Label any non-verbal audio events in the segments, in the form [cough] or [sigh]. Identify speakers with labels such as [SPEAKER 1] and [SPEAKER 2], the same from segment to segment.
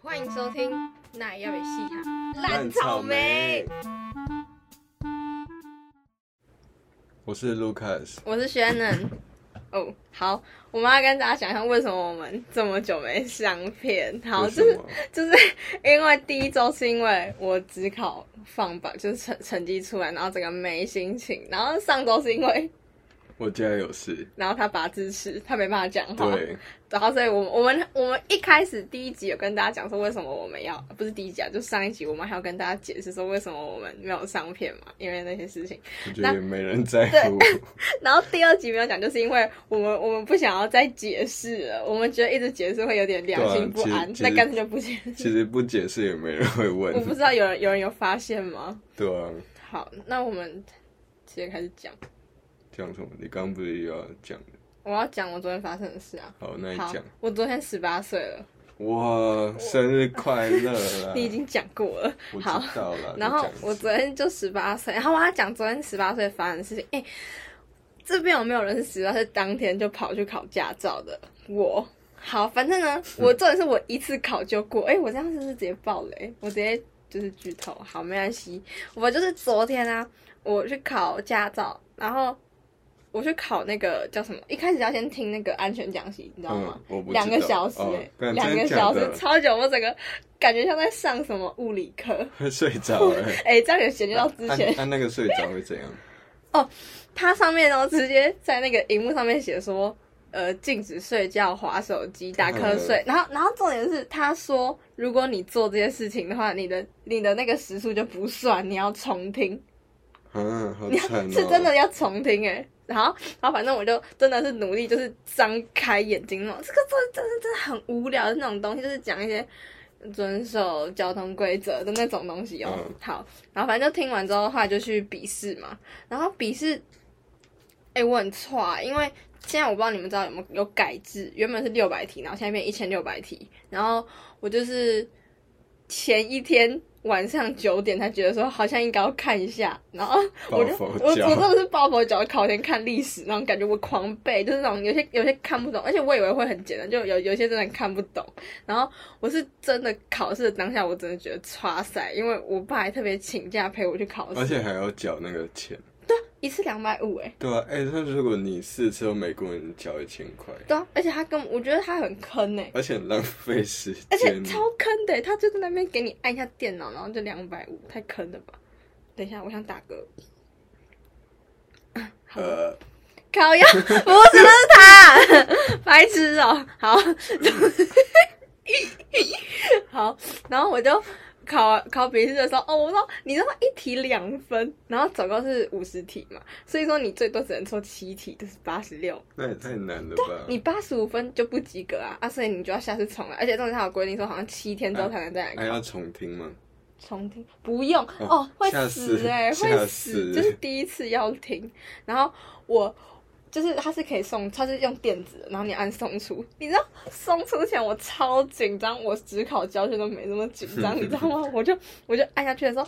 [SPEAKER 1] 欢迎收听《那要被戏哈
[SPEAKER 2] 烂草莓》，
[SPEAKER 3] 我是 Lucas，
[SPEAKER 1] 我是 Shannon。哦，好，我们要跟大家讲一下为什么我们这么久没上片。好，
[SPEAKER 3] 为
[SPEAKER 1] 就
[SPEAKER 3] 什
[SPEAKER 1] 是
[SPEAKER 3] 么
[SPEAKER 1] 就是因为第一周是因为我只考放榜，就是成成绩出来，然后整个没心情。然后上周是因为，
[SPEAKER 3] 我家有事。
[SPEAKER 1] 然后他拔智齿，他没办法讲话。
[SPEAKER 3] 对，
[SPEAKER 1] 然后，所以我们我们我们一开始第一集有跟大家讲说，为什么我们要不是第一集啊，就上一集我们还要跟大家解释说为什么我们没有上片嘛，因为那些事情。
[SPEAKER 3] 我觉得也没人在乎。
[SPEAKER 1] 然后第二集没有讲，就是因为我们我们不想要再解释了，我们觉得一直解释会有点良心不安，
[SPEAKER 3] 对啊其实
[SPEAKER 1] 那干脆就不解释。
[SPEAKER 3] [laughs] 其实不解释也没人会
[SPEAKER 1] 我不
[SPEAKER 3] 问。
[SPEAKER 1] 知道有人有人有发现吗？
[SPEAKER 3] 对啊，
[SPEAKER 1] 好，那我们直接开始讲。
[SPEAKER 3] 讲什么？你刚不是要讲？
[SPEAKER 1] 我要讲我昨天发生的事啊。
[SPEAKER 3] 好，那你
[SPEAKER 1] 好
[SPEAKER 3] 讲。，
[SPEAKER 1] 我昨天十八岁了，
[SPEAKER 3] 哇，生日快乐啦！
[SPEAKER 1] [laughs] 你已经讲过了。
[SPEAKER 3] 我知
[SPEAKER 1] 好，
[SPEAKER 3] 道了。
[SPEAKER 1] 然
[SPEAKER 3] 你
[SPEAKER 1] 后
[SPEAKER 3] 啊讲一次
[SPEAKER 1] 我昨天就十八岁，然后我要讲昨天十八岁发生的事情。哎、这边有没有人是十八岁当天就跑去考驾照的？我好，反正呢，
[SPEAKER 3] 嗯
[SPEAKER 1] 我重点是我一次考就过。哎、我这样是不是直接爆雷？我直接就是剧透。好，没关系，我就是昨天啊，我去考驾照，然后。我去考那个叫什么？一开始要先听那个安全讲习，你知道吗？
[SPEAKER 3] 嗯，我不知道
[SPEAKER 1] 两个小时、
[SPEAKER 3] 哦
[SPEAKER 1] 欸，
[SPEAKER 3] 干
[SPEAKER 1] 两、
[SPEAKER 3] 真
[SPEAKER 1] 个
[SPEAKER 3] 的
[SPEAKER 1] 小
[SPEAKER 3] 假
[SPEAKER 1] 时
[SPEAKER 3] 的
[SPEAKER 1] 超久，我整个感觉像在上什么物理课。
[SPEAKER 3] 会睡着
[SPEAKER 1] [laughs]
[SPEAKER 3] 哎。
[SPEAKER 1] 哎、这样有衔接到之 [laughs] 前，
[SPEAKER 3] 他那个睡着会怎样？
[SPEAKER 1] 它上面哦直接在那个荧幕上面写说，呃，禁止睡觉、划手机、打
[SPEAKER 3] 嗯
[SPEAKER 1] 瞌睡。然后，然后重点是他说，如果你做这些事情的话，你的你的那个时数就不算，你要重听，
[SPEAKER 3] 嗯，好
[SPEAKER 1] 你要
[SPEAKER 3] 惨哦。
[SPEAKER 1] 是真的要重听哎、然后，然后反正我就真的是努力，就是张开眼睛那种。这个真的真的真的很无聊的那种东西，就是讲一些遵守交通规则的那种东西哦。
[SPEAKER 3] 嗯
[SPEAKER 1] 好，然后反正就听完之后，后来就去笔试嘛。然后笔试，哎、我很错啊，因为现在我不知道你们知道有没有有改制，原本是六百题，然后现在变一千六百题。然后我就是前一天晚上九点才觉得说，好像应该要看一下，然后我就
[SPEAKER 3] 哦抱
[SPEAKER 1] 我
[SPEAKER 3] 佛
[SPEAKER 1] 我
[SPEAKER 3] 脚
[SPEAKER 1] 真的是抱佛脚考前看历史，然后感觉我狂背，就是那种有些有些看不懂，而且我以为会很简单，就有有些真的看不懂。然后我是真的考试的当下，我真的觉得差赛，因为我爸还特别请假陪我去考
[SPEAKER 3] 而
[SPEAKER 1] 试，
[SPEAKER 3] 且还要缴那个钱。
[SPEAKER 1] 一次两百五哎。
[SPEAKER 3] 对啊，哎，那如果你四次都没过，你缴一千块，
[SPEAKER 1] 对啊，而且他跟我觉得他很坑哎、
[SPEAKER 3] 而且很浪费时间。
[SPEAKER 1] 而且超坑的欸，他就在那边给你按一下电脑，然后就两百五，太坑了吧？等一下，我想打嗝。好了，
[SPEAKER 3] 呃，
[SPEAKER 1] 烤鸭不是那是他，白痴哦、好，好，然后我就考考笔试的时候，哦，我说你知道一题两分，然后总共是五十题嘛，所以说你最多只能错七题，就是八十六。
[SPEAKER 3] 那也太难了吧？
[SPEAKER 1] 你八十五分就不及格啊啊！所以你就要下次重来，而且重点它有规定说，好像七天之后才能再来考
[SPEAKER 3] 还要重听吗？
[SPEAKER 1] 重听，不用
[SPEAKER 3] 哦
[SPEAKER 1] 哦，会
[SPEAKER 3] 吓
[SPEAKER 1] 死
[SPEAKER 3] 死
[SPEAKER 1] 哎、
[SPEAKER 3] 吓
[SPEAKER 1] 会死，
[SPEAKER 3] 死
[SPEAKER 1] 就是第一次要听，然后我。就是它是可以送，它是用电子的，然后你按送出。你知道送出前我超紧张，我只考教学都没那么紧张，你知道吗？我就我就按下去的时候，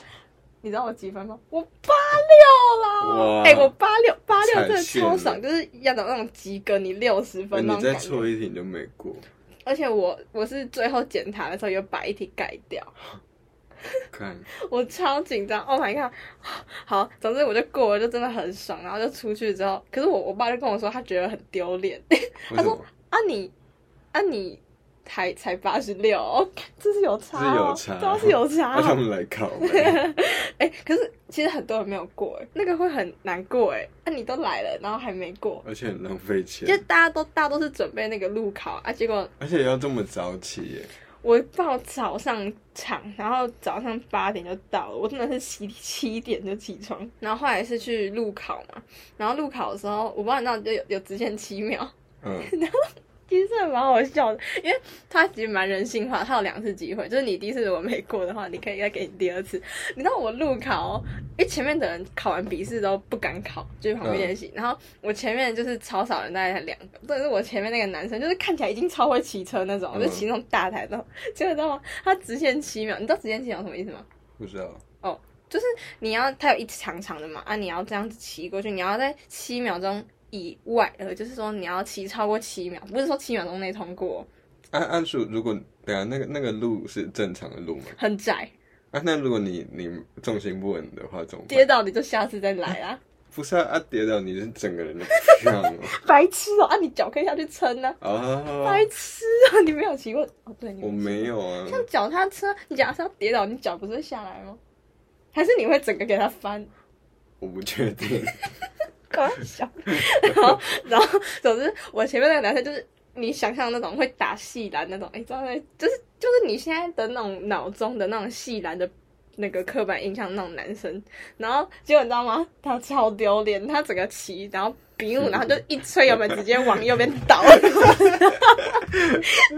[SPEAKER 1] 你知道我几分吗？我八六啦！
[SPEAKER 3] 哇
[SPEAKER 1] 哎、我八六八六真的
[SPEAKER 3] 踩线
[SPEAKER 1] 超
[SPEAKER 3] 了
[SPEAKER 1] 爽，就是要找那种及格你六十
[SPEAKER 3] 哎
[SPEAKER 1] 分那种
[SPEAKER 3] 你再
[SPEAKER 1] 感觉。
[SPEAKER 3] 错一题你就没过，
[SPEAKER 1] 而且我我是最后检查的时候有把一题改掉，
[SPEAKER 3] 看
[SPEAKER 1] 我超紧张，Oh my god！好，总之我就过了，就真的很爽。然后就出去之后，可是我我爸就跟我说，他觉得很丢脸。 [laughs]
[SPEAKER 3] 为什么？
[SPEAKER 1] 啊你啊你才才八十六， [laughs] 这是有差、哦，
[SPEAKER 3] 这是有差
[SPEAKER 1] 对啊是
[SPEAKER 3] [laughs]
[SPEAKER 1] 有差、
[SPEAKER 3] 那他
[SPEAKER 1] 哦。
[SPEAKER 3] 们来考
[SPEAKER 1] [laughs]
[SPEAKER 3] 呗。
[SPEAKER 1] 哎、可是其实很多人没有过，哎，那个会很难过，哎，啊你都来了，然后还没过，
[SPEAKER 3] 而且很浪费
[SPEAKER 1] 就
[SPEAKER 3] 钱，
[SPEAKER 1] 大家都大家都是准备那个路考啊，结果
[SPEAKER 3] 而且要这么早起耶，
[SPEAKER 1] 我报早上场，然后早上八点就到了，我真的是七七点就起床，然后后来是去路考嘛，然后路考的时候，我不知道你知道就有有直线七秒，
[SPEAKER 3] 嗯，
[SPEAKER 1] 其实真的蛮好笑的，因为它其实蛮人性化，它有两次机会，就是你第一次如果没过的话，你可以再给你第二次。你知道我路考、 [laughs] 哦，因为前面的人考完笔试都不敢考，就是旁边练习，然后我前面就是超少人，大概才两个，但是我前面那个男生就是看起来已经超会骑车那种，
[SPEAKER 3] 嗯
[SPEAKER 1] 就骑那种大台的，结果你知道吗？他直线七秒，你知道直线七秒什么意思吗？
[SPEAKER 3] 不知道，
[SPEAKER 1] 就是你要它有一长长的嘛，啊，你要这样子骑过去，你要在七秒钟以外的，就是说你要骑超过七秒，不是说七秒钟内通过，
[SPEAKER 3] 按按数，啊如果等下那个那个路是正常的路吗？
[SPEAKER 1] 很窄，
[SPEAKER 3] 啊，那如果你你重心不稳的话，怎么办
[SPEAKER 1] 跌？倒你就下次再来啊，
[SPEAKER 3] 不是啊，啊跌倒你是整个
[SPEAKER 1] [laughs]
[SPEAKER 3] 人的样哦。
[SPEAKER 1] 白痴哦、啊你脚可以下去撑啊，
[SPEAKER 3] 啊
[SPEAKER 1] 白，痴啊， [laughs] 你没有骑过哦，对，你
[SPEAKER 3] 我没有啊，
[SPEAKER 1] 像脚踏车，你假设要跌倒，你脚不是会下来吗？还是你会整个给它翻？
[SPEAKER 3] 我不确定。
[SPEAKER 1] 搞笑。 [laughs] 然后，然后，总之，我前面那个男生就是你想象那种会打细篮那种，哎、知道吗？就是就是你现在的那种脑中的那种细篮的那个刻板印象那种男生。然后结果你知道吗？他超丢脸，他整个骑，然后比武，然后就一吹油门直接往右边倒。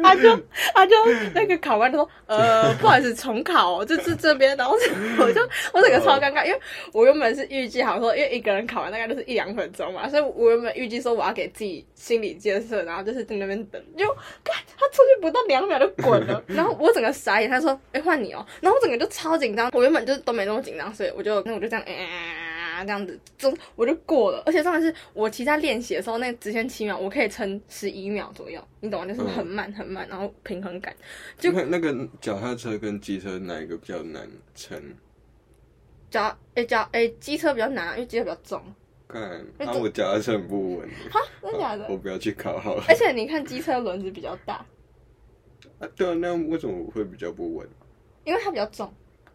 [SPEAKER 1] 他就他就那个考官就说，呃，不好意思，重考、哦，就是这边。然后我就我整个超尴尬，因为我原本是预计好说，因为一个人考完大概就是一两分钟嘛，所以我原本预计说我要给自己心理建设，然后就是在那边等，就看他出去不到两秒就滚了，然后我整个傻眼，他说，哎、换你哦，然后我整个就超紧张，我原本就是都没那么紧张，所以我就那我就这样，啊、这样子，就我就过了，而且重点是我骑在练习的时候，那直线七秒，我可以撑十一秒左右，你懂吗？就是很慢很慢，然后平衡感。 [laughs] 就
[SPEAKER 3] 那那个脚踏车跟机车哪一个比较难撑？
[SPEAKER 1] 脚诶脚诶，机车比较难啊，因为机车比较重。
[SPEAKER 3] 看，
[SPEAKER 1] 那
[SPEAKER 3] 啊，
[SPEAKER 1] 这
[SPEAKER 3] 我脚踏车很不稳。
[SPEAKER 1] 哈，真的假的
[SPEAKER 3] 好？我不要去考好了。
[SPEAKER 1] 而且你看机车轮子比较大，
[SPEAKER 3] 啊，对啊，那为什么我会比较不稳？
[SPEAKER 1] 因为它比较重，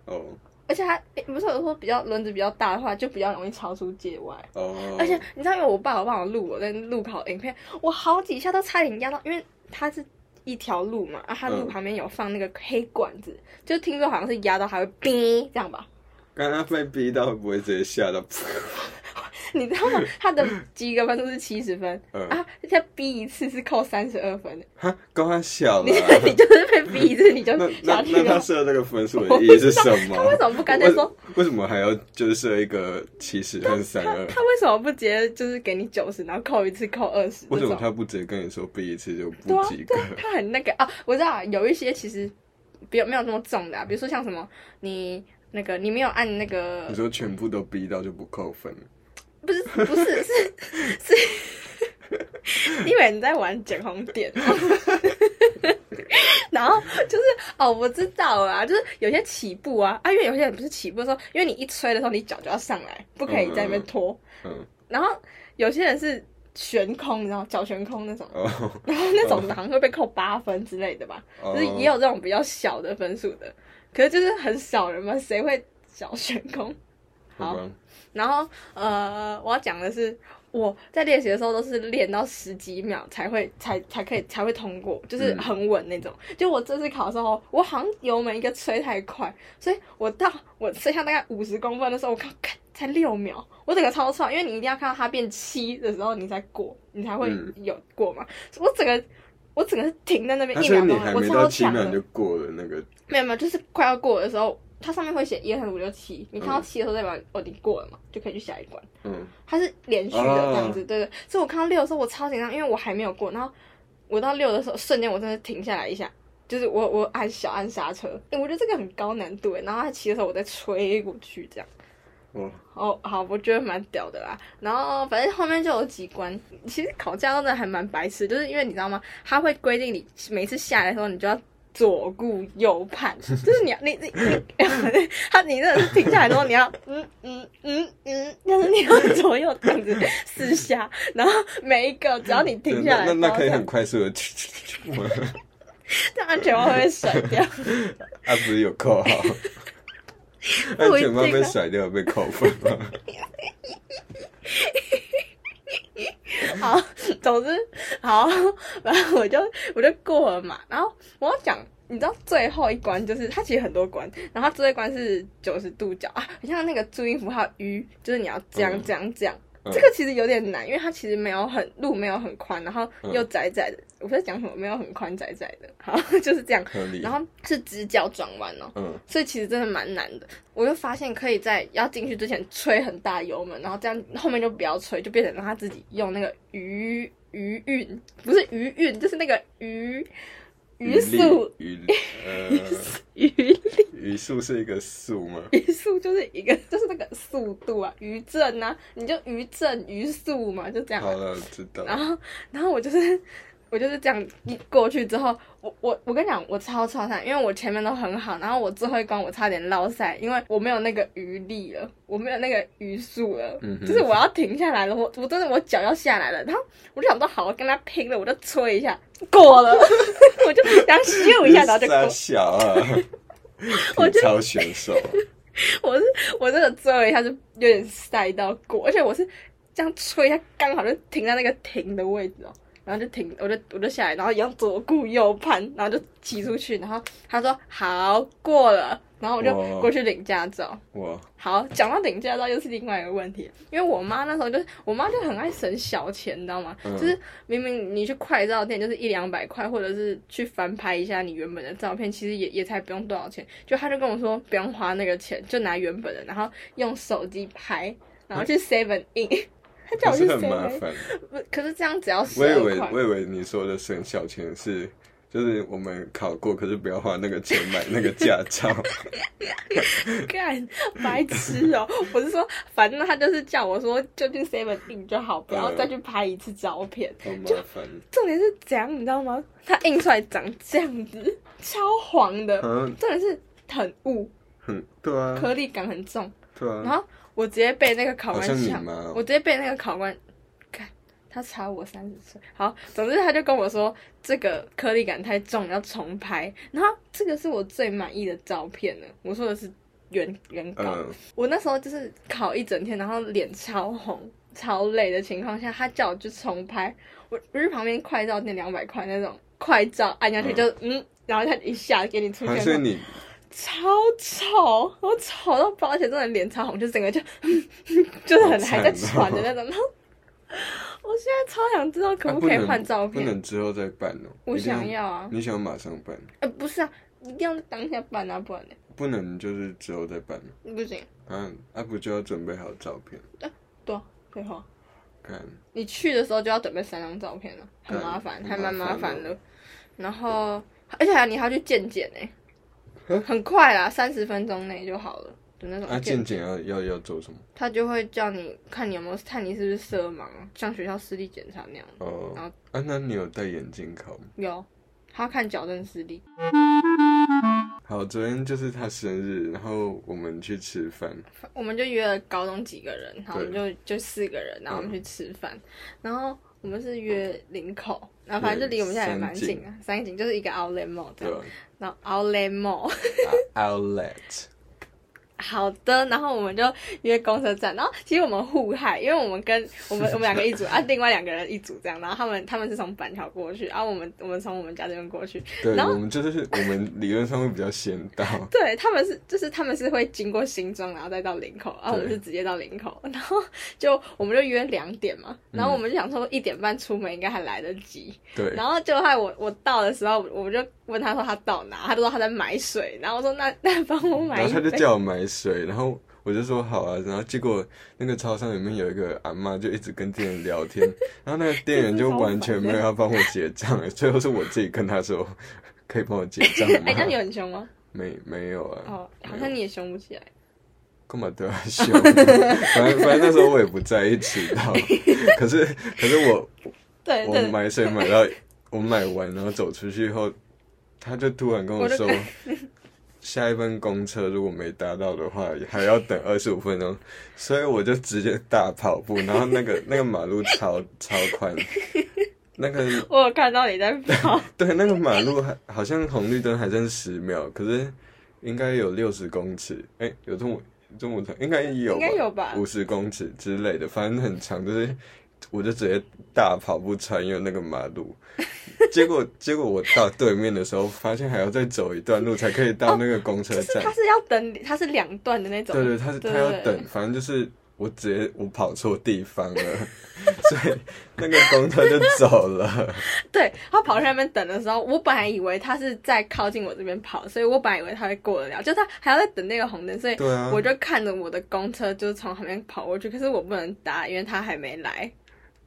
[SPEAKER 3] 哦
[SPEAKER 1] 而且它诶不是我说比较轮子比较大的话，就比较容易超出界外。
[SPEAKER 3] 哦，
[SPEAKER 1] 而且你知道，因为我爸有帮我录我在路考的影片，我好几下都差点压到，因为它是一条路嘛，啊，它路
[SPEAKER 3] 嗯
[SPEAKER 1] 旁边有放那个黑管子，就听说好像是压到还会哔这样
[SPEAKER 3] [laughs]
[SPEAKER 1] 吧，
[SPEAKER 3] 刚刚被逼到会不会直接吓到？
[SPEAKER 1] 你知道吗？它的及格分数是七十分、
[SPEAKER 3] 嗯啊
[SPEAKER 1] 啊，再逼一次是扣三十二 [laughs] 分的，
[SPEAKER 3] 哈，刚刚小了
[SPEAKER 1] 你、
[SPEAKER 3] 啊。
[SPEAKER 1] 你就是被逼一次你就
[SPEAKER 3] 那
[SPEAKER 1] 下
[SPEAKER 3] 那
[SPEAKER 1] 去
[SPEAKER 3] 那他
[SPEAKER 1] [laughs] 了。
[SPEAKER 3] 设这个分数的意义是什么？
[SPEAKER 1] 他为什么不干脆说？
[SPEAKER 3] 为为什么还要就是设一个七十跟
[SPEAKER 1] 他
[SPEAKER 3] 三二？
[SPEAKER 1] 他为什么不直接就是给你九十，然后扣一次扣二十？
[SPEAKER 3] 为什么
[SPEAKER 1] 这种
[SPEAKER 3] 他不直接跟你说毕一次就
[SPEAKER 1] 啊对
[SPEAKER 3] 不
[SPEAKER 1] 啊
[SPEAKER 3] 及，格
[SPEAKER 1] 对？啊， [laughs] 他很那个啊，我知道有一些其实比没有那么重的、啊，比如说像什么你那个你没有按那个
[SPEAKER 3] 你，说全部都逼到就不扣分？
[SPEAKER 1] 不是不是是是，因为你在玩捡红点。 [laughs] 然后就是哦，我知道了啊，就是有些起步啊，啊，因为有些人不是起步的时候，因为你一吹的时候，你脚就要上来，不可以在那边拖。
[SPEAKER 3] 嗯，
[SPEAKER 1] 然后有些人是悬空，你知道脚悬空那种，
[SPEAKER 3] 哦，
[SPEAKER 1] 然后那种的好像会被扣八分之类的吧，
[SPEAKER 3] 哦
[SPEAKER 1] 就是也有这种比较小的分数的，可是就是很少人嘛， [laughs] 谁会脚悬空？
[SPEAKER 3] 好吧，
[SPEAKER 1] 然后呃，我要讲的是，我在练习的时候都是练到十几秒才会才才可以才会通过，就是
[SPEAKER 3] 嗯
[SPEAKER 1] 很稳那种。就我这次考的时候，我好像油门一个吹太快，所以我到我剩下大概五十公分的时候，我靠，看才六秒，我整个超爽，因为你一定要看到它变七的时候，你才过，你才会
[SPEAKER 3] 嗯
[SPEAKER 1] 有过嘛。我整个我整个是停在那边
[SPEAKER 3] 但
[SPEAKER 1] 一
[SPEAKER 3] 是
[SPEAKER 1] 秒
[SPEAKER 3] 你
[SPEAKER 1] 钟
[SPEAKER 3] 还，
[SPEAKER 1] 我
[SPEAKER 3] 没
[SPEAKER 1] 超
[SPEAKER 3] 到七
[SPEAKER 1] 强的
[SPEAKER 3] 秒。就过了那个，
[SPEAKER 1] 没有没有，就是快要过的时候，它上面会写一二三四五六七，你看到七的时候代表哦你过了嘛，就可以去下一关。
[SPEAKER 3] 嗯，
[SPEAKER 1] 它是连续的这样子，对对。所以我看到六的时候，我超紧张，因为我还没有过。然后我到六的时候，瞬间我真的停下来一下，就是我我按小按刹车，诶我觉得这个很高难度诶。然后他骑的时候，我再吹过去这样。
[SPEAKER 3] 哦，
[SPEAKER 1] 哦，好，我觉得蛮屌的啦。然后反正后面就有几关，其实考驾照真的还蛮白痴，就是因为你知道吗？他会规定你每次下来的时候，你就要左顾右
[SPEAKER 3] [laughs]
[SPEAKER 1] 盼，就是你要你你 [laughs] 你，他你真的是停下来之后，你要嗯嗯嗯嗯，但是你要左右这样
[SPEAKER 3] [laughs]
[SPEAKER 1] 子四下，然后每一个只要你停下来，
[SPEAKER 3] 对那那
[SPEAKER 1] 然
[SPEAKER 3] 那
[SPEAKER 1] 后
[SPEAKER 3] 可以
[SPEAKER 1] 这样
[SPEAKER 3] 很快速 [laughs] 的，吗？
[SPEAKER 1] 这样安全帽会被甩掉。
[SPEAKER 3] 啊，不是有
[SPEAKER 1] [laughs]
[SPEAKER 3] 扣号，安全帽被甩掉被扣分吗？
[SPEAKER 1] 好，总之好，然后我就我就过了嘛。然后我要讲，你知道最后一关就是它其实很多关，然后它最后一关是九十度角啊，很像那个注音符号 U，就是你要这样
[SPEAKER 3] 嗯
[SPEAKER 1] 这样这样。
[SPEAKER 3] 嗯
[SPEAKER 1] 这个其实有点难，因为它其实没有很路没有很宽，然后又
[SPEAKER 3] 嗯
[SPEAKER 1] 窄窄的。我在讲什么？没有很宽，窄窄的，好， [laughs] 就是这样。
[SPEAKER 3] 合理
[SPEAKER 1] 然。后是直角转弯哦，
[SPEAKER 3] 嗯，
[SPEAKER 1] 所以其实真的蛮难的。我就发现可以在要进去之前吹很大油门，然后这样后面就不要吹，就变成让他自己用那个余余韵，不是余韵，就是那个余榆
[SPEAKER 3] [laughs]
[SPEAKER 1] 树，
[SPEAKER 3] 榆
[SPEAKER 1] [laughs]
[SPEAKER 3] 呃
[SPEAKER 1] 榆林，
[SPEAKER 3] 榆树是一个树吗？
[SPEAKER 1] 榆树 [laughs] 就是一个就是那个速度啊，余震啊，你就余震余速嘛，就这样啊。
[SPEAKER 3] 好了，知道。
[SPEAKER 1] 然后，然后我就是我就是这样一过去之后，我我我跟你讲，我超超惨，因为我前面都很好，然后我最后一关我差点落赛，因为我没有那个余力了，我没有那个余速了，
[SPEAKER 3] 嗯哼
[SPEAKER 1] 就是我要停下来了，我我真的我脚要下来了，然后我就想说好，我跟他拼了，我就吹一下过了， [laughs] 我就想咻一
[SPEAKER 3] [laughs]
[SPEAKER 1] 下，然后就过
[SPEAKER 3] 傻。小啊，
[SPEAKER 1] [laughs] 我
[SPEAKER 3] 体
[SPEAKER 1] 就
[SPEAKER 3] 操选手，
[SPEAKER 1] 我是我真的追了一下，就有点塞到过，而且我是这样吹一下，刚好就停在那个停的位置哦，然后就停，我就我就下来，然后一样左顾右盼，然后就骑出去，然后他说好过了，然 [laughs] 后我就
[SPEAKER 3] 哇
[SPEAKER 1] 过去领驾照。
[SPEAKER 3] 哇，
[SPEAKER 1] 好，讲到领驾照又是另外一个问题，因为我妈那时候就是我妈就很爱省小钱，你知道吗？
[SPEAKER 3] 嗯
[SPEAKER 1] 就是明明你去快照店就是一两百块，或者是去翻拍一下你原本的照片，其实也也才不用多少钱。就她就跟我说不用花那个钱，就拿原本的，然后用手机拍，然
[SPEAKER 3] [laughs]
[SPEAKER 1] 后去 Seven In。她叫
[SPEAKER 3] 可
[SPEAKER 1] 我去
[SPEAKER 3] 是很麻
[SPEAKER 1] Seven，
[SPEAKER 3] 烦。
[SPEAKER 1] 可是这样只要十
[SPEAKER 3] 我以
[SPEAKER 1] 二
[SPEAKER 3] 为
[SPEAKER 1] 块
[SPEAKER 3] 我。以为你说的省小钱是。就是我们考过，可是不要花那个钱买那个驾
[SPEAKER 1] [laughs]
[SPEAKER 3] 照。
[SPEAKER 1] 干白痴哦、我是说，反正他就是叫我说就去 Seven In 就好，不要
[SPEAKER 3] 嗯
[SPEAKER 1] 再去拍一次照片。
[SPEAKER 3] 好麻烦。
[SPEAKER 1] 重点是怎样，你知道吗？它印出来长这样子，超黄的。
[SPEAKER 3] 嗯，
[SPEAKER 1] 重点是很雾，
[SPEAKER 3] 很对啊，
[SPEAKER 1] 颗粒感很重。
[SPEAKER 3] 对
[SPEAKER 1] 然
[SPEAKER 3] 啊。
[SPEAKER 1] 后我直接被那个考官
[SPEAKER 3] 好像你
[SPEAKER 1] 呛
[SPEAKER 3] 妈哦，
[SPEAKER 1] 我直接被那个考官，看他差我三十岁。好，总之他就跟我说这个颗粒感太重，要重拍。然后这个是我最满意的照片了。我说的是原原稿。
[SPEAKER 3] 嗯，
[SPEAKER 1] 我那时候就是考一整天，然后脸超红、超累的情况下，他叫我去重拍，我我去旁边快照那两百块那种快照，按下去就嗯然后他一下给你出
[SPEAKER 3] 还
[SPEAKER 1] 现
[SPEAKER 3] 是
[SPEAKER 1] 了，
[SPEAKER 3] 啊你
[SPEAKER 1] 超丑，我丑到爆，而且真的脸超红，就整个就嗯就是很还在喘的那种。然后我现在超想知道可
[SPEAKER 3] 啊
[SPEAKER 1] 不可以
[SPEAKER 3] 能
[SPEAKER 1] 换照
[SPEAKER 3] 不
[SPEAKER 1] 片，
[SPEAKER 3] 能之后再办哦。
[SPEAKER 1] 我
[SPEAKER 3] 一定
[SPEAKER 1] 想，要啊，
[SPEAKER 3] 你想马上办，
[SPEAKER 1] 呃不是啊，一定要当下办啊，不然呢
[SPEAKER 3] 不能就是之后再办。
[SPEAKER 1] 不行，
[SPEAKER 3] 嗯，啊不就要准备好照片？
[SPEAKER 1] 对啊，废话。
[SPEAKER 3] 看，
[SPEAKER 1] 你去的时候就要准备三张照片了，很麻烦，
[SPEAKER 3] 对
[SPEAKER 1] 还蛮麻烦
[SPEAKER 3] 很麻
[SPEAKER 1] 的。然后，而且还有你还要去健检呢，很快啦，三十分钟内就好了的那
[SPEAKER 3] 啊
[SPEAKER 1] 种
[SPEAKER 3] 健
[SPEAKER 1] 健，
[SPEAKER 3] 检要要要做什么？
[SPEAKER 1] 他就会叫你看你有没有看你是不是色盲，啊像学校视力检查那样。
[SPEAKER 3] 哦
[SPEAKER 1] 啊，
[SPEAKER 3] 啊那你有戴眼镜考吗？
[SPEAKER 1] 有，他要看矫正视力。
[SPEAKER 3] 好，昨天就是他生日，然后我们去吃饭，
[SPEAKER 1] 我们就约了高中几个人，然后我
[SPEAKER 3] 对
[SPEAKER 1] 们就就四个人，然后我们去吃饭，然后我们是约林口，然后反正就离我们家也蛮近的，三井就是一个 Outlet Mall 这
[SPEAKER 3] 对
[SPEAKER 1] 样，
[SPEAKER 3] 吧
[SPEAKER 1] 然后 Outlet Mall。
[SPEAKER 3] 啊？Outlet， [laughs]
[SPEAKER 1] 好的，然后我们就约公车站，然后其实我们互害，因为我们跟我们我们两个一
[SPEAKER 3] [laughs]
[SPEAKER 1] 组啊，另外两个人一组这样，然后他们他们是从板桥过去，然、啊、后我们我们从我们家这边过去，
[SPEAKER 3] 对，
[SPEAKER 1] 然后，
[SPEAKER 3] 我们就是 [laughs] 我们理论上会比较先到
[SPEAKER 1] 对，他们是就是他们是会经过新庄，然后再到林口，然、啊、后我们是直接到林口，然后就我们就约两点嘛，然后我们就想说一点半出门应该还来得及，
[SPEAKER 3] 嗯对，
[SPEAKER 1] 然后就害我我到的时候，我就问他说他到哪，他就说他在买水，然后我说那那帮我买
[SPEAKER 3] 嗯然
[SPEAKER 1] 一
[SPEAKER 3] 后他就
[SPEAKER 1] 杯。
[SPEAKER 3] 叫我买水，然后我就说好啊，然后结果那个超商里面有一个阿嬷就一直跟店员聊天， [laughs] 然后那个店员就完全没有要帮我结账， [laughs] 最后是我自己跟他说，可以帮我结账吗
[SPEAKER 1] [laughs] 哎、？那你很凶吗？
[SPEAKER 3] 没没有啊，
[SPEAKER 1] 哦，好像你也凶不起来。
[SPEAKER 3] 干嘛对他笑？ [laughs] 反正反正那时候我也不在意
[SPEAKER 1] [laughs]
[SPEAKER 3] 迟到，可是可是我
[SPEAKER 1] 对
[SPEAKER 3] 我
[SPEAKER 1] 对，
[SPEAKER 3] 买水买到我买完，然后走出去后，他就突然跟我
[SPEAKER 1] 我就
[SPEAKER 3] 说，下一班公车如果没搭到的话，还要等二十五分钟，所以我就直接大跑步，然后那个那个马路超超宽，那个
[SPEAKER 1] 我有看到你在跑，
[SPEAKER 3] [laughs] 对那个马路还好像红绿灯还剩十秒，可是应该有六十公尺，哎、有这么这么长，应该有
[SPEAKER 1] 应该有吧
[SPEAKER 3] 五十公尺之类的，反正很长，就是我就直接大跑步穿越那个马路， [laughs] 结果结果我到对面的时候，发现还要再走一段路才可以到那个公车
[SPEAKER 1] 就是
[SPEAKER 3] 站，
[SPEAKER 1] 他是要等你，他是两段的那种。
[SPEAKER 3] 对对，他是他
[SPEAKER 1] 对
[SPEAKER 3] 要
[SPEAKER 1] 对
[SPEAKER 3] 等，反正就是我直接我跑错地方了， [laughs] 所以那个公车就走了。
[SPEAKER 1] [laughs] 对他跑去那边等的时候，我本来以为他是在靠近我这边跑，所以我本来以为他会过得了，就他还要再等那个红灯，所以
[SPEAKER 3] 对啊
[SPEAKER 1] 我就看着我的公车就是从旁边跑过去，可是我不能搭，因为他还没来。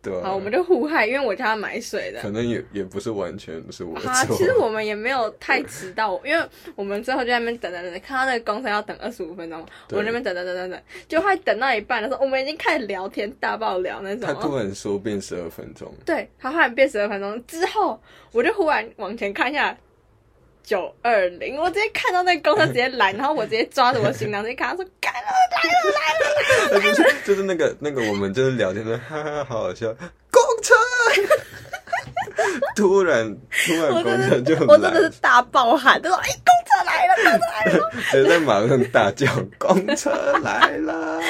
[SPEAKER 3] 对啊
[SPEAKER 1] 好，我们就互害，因为我叫他买水的。
[SPEAKER 3] 可能也也不是完全是我的
[SPEAKER 1] 好啊，
[SPEAKER 3] 错。
[SPEAKER 1] 其实我们也没有太迟到，因为我们最后就在那边等等等，等，看到那个公车要等二十五分钟嘛，我
[SPEAKER 3] 对
[SPEAKER 1] 们那边等等等等等，就快等到一半的时候，我们已经开始聊天大爆聊那种
[SPEAKER 3] [laughs] 他突
[SPEAKER 1] 哦。
[SPEAKER 3] 然说变十二分
[SPEAKER 1] [laughs]
[SPEAKER 3] 钟，
[SPEAKER 1] 对，他突然变十二分钟之后，我就忽然往前看一下，九二零，我直接看到那个公车直接来，然后我直接抓着我行囊，直接看他说干了来了来了，
[SPEAKER 3] 就是就是那个那个我们就是聊天的，哈哈，好好笑，公车。 [laughs] 突然，突
[SPEAKER 1] 我
[SPEAKER 3] 然公
[SPEAKER 1] 真
[SPEAKER 3] [laughs] 车就
[SPEAKER 1] 的是我
[SPEAKER 3] 来
[SPEAKER 1] 真的
[SPEAKER 3] 了
[SPEAKER 1] 是，大爆喊，就说哎、公车来了，公车来了。
[SPEAKER 3] 直接在马路上大
[SPEAKER 1] [laughs]
[SPEAKER 3] 叫：“公车来了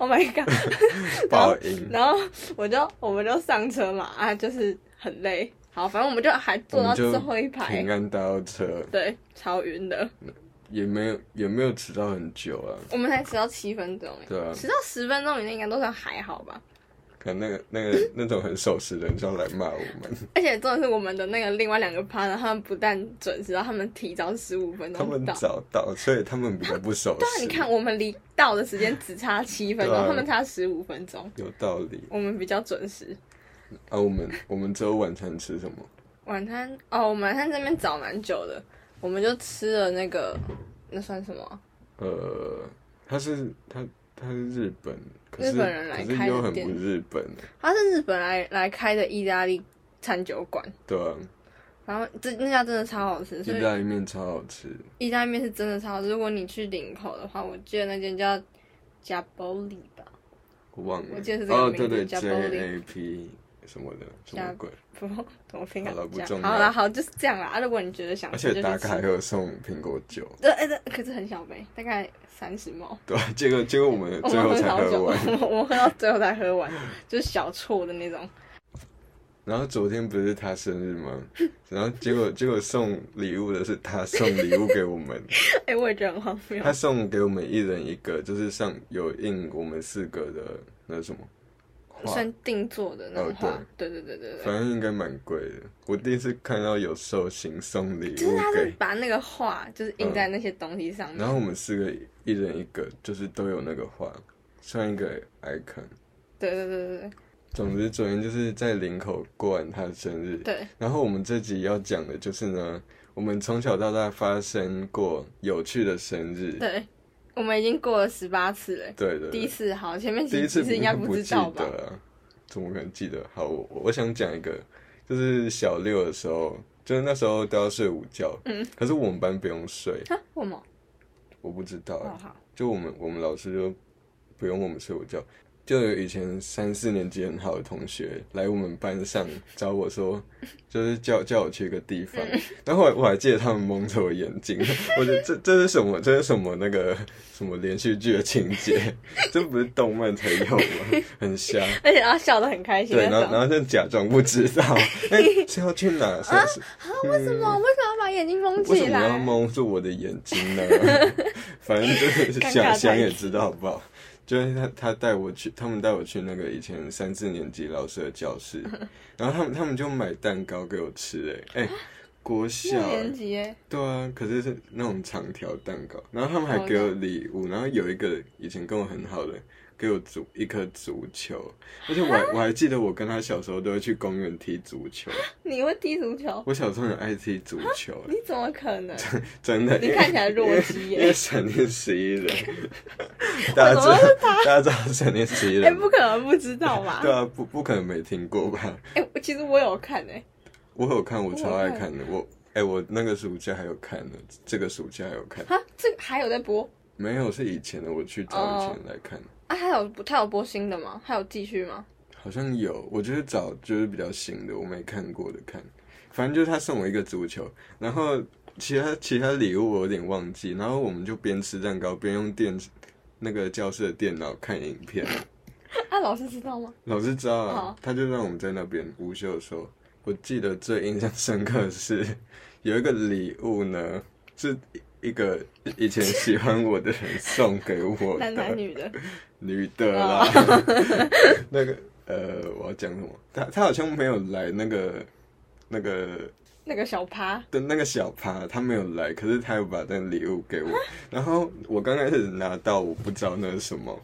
[SPEAKER 1] Oh my god！！”
[SPEAKER 3] 报应。
[SPEAKER 1] 然后我就我们就上车嘛，啊，就是很累。好，反正我们就还坐到最后一排
[SPEAKER 3] 平，安搭到车，
[SPEAKER 1] 对，超晕的。
[SPEAKER 3] 也没有也没有迟到很久啊。
[SPEAKER 1] 我们才迟到七分钟，哎，
[SPEAKER 3] 对啊，
[SPEAKER 1] 迟到十分钟以内应该都算还好吧。
[SPEAKER 3] 可能那个那个那种很守时的人就要来骂我
[SPEAKER 1] [laughs]
[SPEAKER 3] 们，
[SPEAKER 1] 而且重点是我们的那个另外两个 partner，他们不但准时到，他们提早十五分
[SPEAKER 3] 他
[SPEAKER 1] 钟
[SPEAKER 3] 们
[SPEAKER 1] 到。
[SPEAKER 3] 早到，所以他们比较不守
[SPEAKER 1] 对啊，
[SPEAKER 3] 时。
[SPEAKER 1] 你看我们离到的时间只差七分钟，
[SPEAKER 3] 对啊
[SPEAKER 1] 他们差十五分钟，
[SPEAKER 3] 有道理
[SPEAKER 1] 我们比较准时。
[SPEAKER 3] 啊。我们我们之后晚餐吃什么？
[SPEAKER 1] 晚餐哦，我们晚餐这边找蛮久的，我们就吃了那个那算什么啊？
[SPEAKER 3] 呃，他是他他是日本，可是
[SPEAKER 1] 日本人来
[SPEAKER 3] 可
[SPEAKER 1] 开
[SPEAKER 3] 是又
[SPEAKER 1] 的
[SPEAKER 3] 很
[SPEAKER 1] 店
[SPEAKER 3] 不日本，
[SPEAKER 1] 它是日本来来开的意大利餐酒馆，
[SPEAKER 3] 对啊，
[SPEAKER 1] 然后这那家真的超好吃，所
[SPEAKER 3] 意
[SPEAKER 1] 以
[SPEAKER 3] 大利面超好吃，
[SPEAKER 1] 意大利面是真的超好吃。如果你去林口的话，我记得那间叫加波里吧， [laughs]
[SPEAKER 3] 我忘了。
[SPEAKER 1] 我记得是这个
[SPEAKER 3] 哦，
[SPEAKER 1] 名
[SPEAKER 3] 对
[SPEAKER 1] 字
[SPEAKER 3] 对
[SPEAKER 1] 叫 Bowling
[SPEAKER 3] ，J A P 什么的，什
[SPEAKER 1] 加
[SPEAKER 3] 么鬼？
[SPEAKER 1] 不怎么拼啊
[SPEAKER 3] 好了不
[SPEAKER 1] 这样
[SPEAKER 3] 重要
[SPEAKER 1] 好啦，好就是这样啦。啊如果你觉得想
[SPEAKER 3] 而
[SPEAKER 1] 吃，
[SPEAKER 3] 且
[SPEAKER 1] 就
[SPEAKER 3] 打
[SPEAKER 1] 去
[SPEAKER 3] 卡还
[SPEAKER 1] 吃。
[SPEAKER 3] 有送苹果酒，
[SPEAKER 1] 对，哎、对，可是很小杯，大概三十毛。
[SPEAKER 3] 对啊，结果结果
[SPEAKER 1] [laughs]
[SPEAKER 3] 我们
[SPEAKER 1] 我
[SPEAKER 3] [laughs] 最
[SPEAKER 1] 们
[SPEAKER 3] 后
[SPEAKER 1] 喝
[SPEAKER 3] 才
[SPEAKER 1] 好久，
[SPEAKER 3] 喝
[SPEAKER 1] 我
[SPEAKER 3] 完。
[SPEAKER 1] 们 [laughs] 我们喝到最后才喝完，就是小错的那种。 [laughs]
[SPEAKER 3] 然后昨天不是他生日吗？然后结果结果送礼物的是他送礼物给我们，
[SPEAKER 1] 哎、我也觉得很荒谬。
[SPEAKER 3] 他送给我们一人一个，就是上有印我们四个的那什么
[SPEAKER 1] [laughs]
[SPEAKER 3] 画，
[SPEAKER 1] 算定做的那种
[SPEAKER 3] 哦
[SPEAKER 1] 话，对对对对对。
[SPEAKER 3] 反正应该蛮贵的。我第一次看到有寿星送礼
[SPEAKER 1] 就是
[SPEAKER 3] 物
[SPEAKER 1] 他是
[SPEAKER 3] 给，
[SPEAKER 1] 把那个画就是印
[SPEAKER 3] 嗯
[SPEAKER 1] 在那些东西上面，
[SPEAKER 3] 然后我们四个一人一个，就是都有那个画，算一个 icon。
[SPEAKER 1] 对对对对
[SPEAKER 3] 总之，昨天就是在林口过完他的生日
[SPEAKER 1] 对，对，
[SPEAKER 3] 然后我们这集要讲的就是呢，我们从小到大发生过有趣的生日。
[SPEAKER 1] 对，我们已经过了十八次了。
[SPEAKER 3] 对的，
[SPEAKER 1] 第一次好，前面
[SPEAKER 3] 第一
[SPEAKER 1] 几
[SPEAKER 3] 次
[SPEAKER 1] 次应该不
[SPEAKER 3] 不
[SPEAKER 1] 知
[SPEAKER 3] 记
[SPEAKER 1] 道吧？
[SPEAKER 3] 得啊，怎么可能记得？好，我我想讲一个，就是小六的时候，就是那时候都要睡午觉，
[SPEAKER 1] 嗯，
[SPEAKER 3] 可是我们班不用睡，
[SPEAKER 1] 哈，为什么？
[SPEAKER 3] 我不知道、欸
[SPEAKER 1] 哦好，
[SPEAKER 3] 就我们我们老师就不用我们睡午觉，就有以前三四年级很好的同学来我们班上找我说， [laughs] 就是叫叫我去一个地方，然后我还我还记得他们蒙着我眼睛， [laughs] 我觉得这这是什么这是什么那个什么连续剧的情节， [laughs] 这不是动漫才有吗？很瞎。
[SPEAKER 1] 而且他笑得很开心
[SPEAKER 3] 对，
[SPEAKER 1] 那
[SPEAKER 3] 然后然
[SPEAKER 1] 种。
[SPEAKER 3] 后就假装不知道，哎、是要去哪？是是
[SPEAKER 1] 为什么？为什么要把眼睛 [laughs] 蒙
[SPEAKER 3] 嗯为
[SPEAKER 1] 起
[SPEAKER 3] 什么要
[SPEAKER 1] 来？
[SPEAKER 3] 蒙住我的眼睛呢？反正就是想想也知道好不好？就是他他带我去，他们带我去那个以前三四年级老师的教室，然后他们他们就买蛋糕给我吃、哎、哎，国小、
[SPEAKER 1] 六
[SPEAKER 3] 哎
[SPEAKER 1] 年级耶，
[SPEAKER 3] 对啊，可是是那种长条蛋糕，然后他们还给我礼物，然后有一个以前跟我很好的，给我足一颗足球，而且我还我还记得我跟他小时候都会去公园踢足球，
[SPEAKER 1] 你会踢足
[SPEAKER 3] [laughs]
[SPEAKER 1] 球？
[SPEAKER 3] 我小时候很爱踢足球、哎
[SPEAKER 1] 你怎么可能？
[SPEAKER 3] [laughs] 真的，
[SPEAKER 1] 你
[SPEAKER 3] 因为
[SPEAKER 1] 看起来弱鸡耶
[SPEAKER 3] 因为闪电十一
[SPEAKER 1] [laughs]
[SPEAKER 3] 人，大家知道大家知道闪电十一
[SPEAKER 1] 哎，
[SPEAKER 3] 人吗，
[SPEAKER 1] 不可能不知道吧
[SPEAKER 3] [laughs] 对？啊，不不可能没听过吧？
[SPEAKER 1] 哎，我其实我有看哎，
[SPEAKER 3] 我有看，我超
[SPEAKER 1] 我
[SPEAKER 3] 爱
[SPEAKER 1] 有看
[SPEAKER 3] 看的，我哎、我那个暑假还有看呢，这个暑假还有看，
[SPEAKER 1] 哈，这个还有在播
[SPEAKER 3] 没有是以前的，我去找以前来看，
[SPEAKER 1] 啊？还有他有播新的吗？还有继续吗？
[SPEAKER 3] 好像有，我就是找就是比较新的，我没看过的看，反正就是他送我一个足球，然后其他其他礼物我有点忘记，然后我们就边吃蛋糕边用电那个教室的电脑看影片。
[SPEAKER 1] 啊，老师知道
[SPEAKER 3] [laughs]
[SPEAKER 1] 吗？
[SPEAKER 3] 老师知道啊
[SPEAKER 1] 哦，
[SPEAKER 3] 他就让我们在那边午休的时候，我记得最印象深刻的是 [laughs] 有一个礼物呢，是一个以前喜欢我的人送给我
[SPEAKER 1] 男男
[SPEAKER 3] 的，
[SPEAKER 1] 女哦的，
[SPEAKER 3] 女的啦， [laughs] 那个呃，我要讲什么？他他好像没有来那个那个
[SPEAKER 1] 那个小趴。
[SPEAKER 3] 的那个小趴，他没有来，可是他有把
[SPEAKER 1] [laughs]
[SPEAKER 3] 那个礼物给我。然后我刚开始拿到，我不知道那是什么，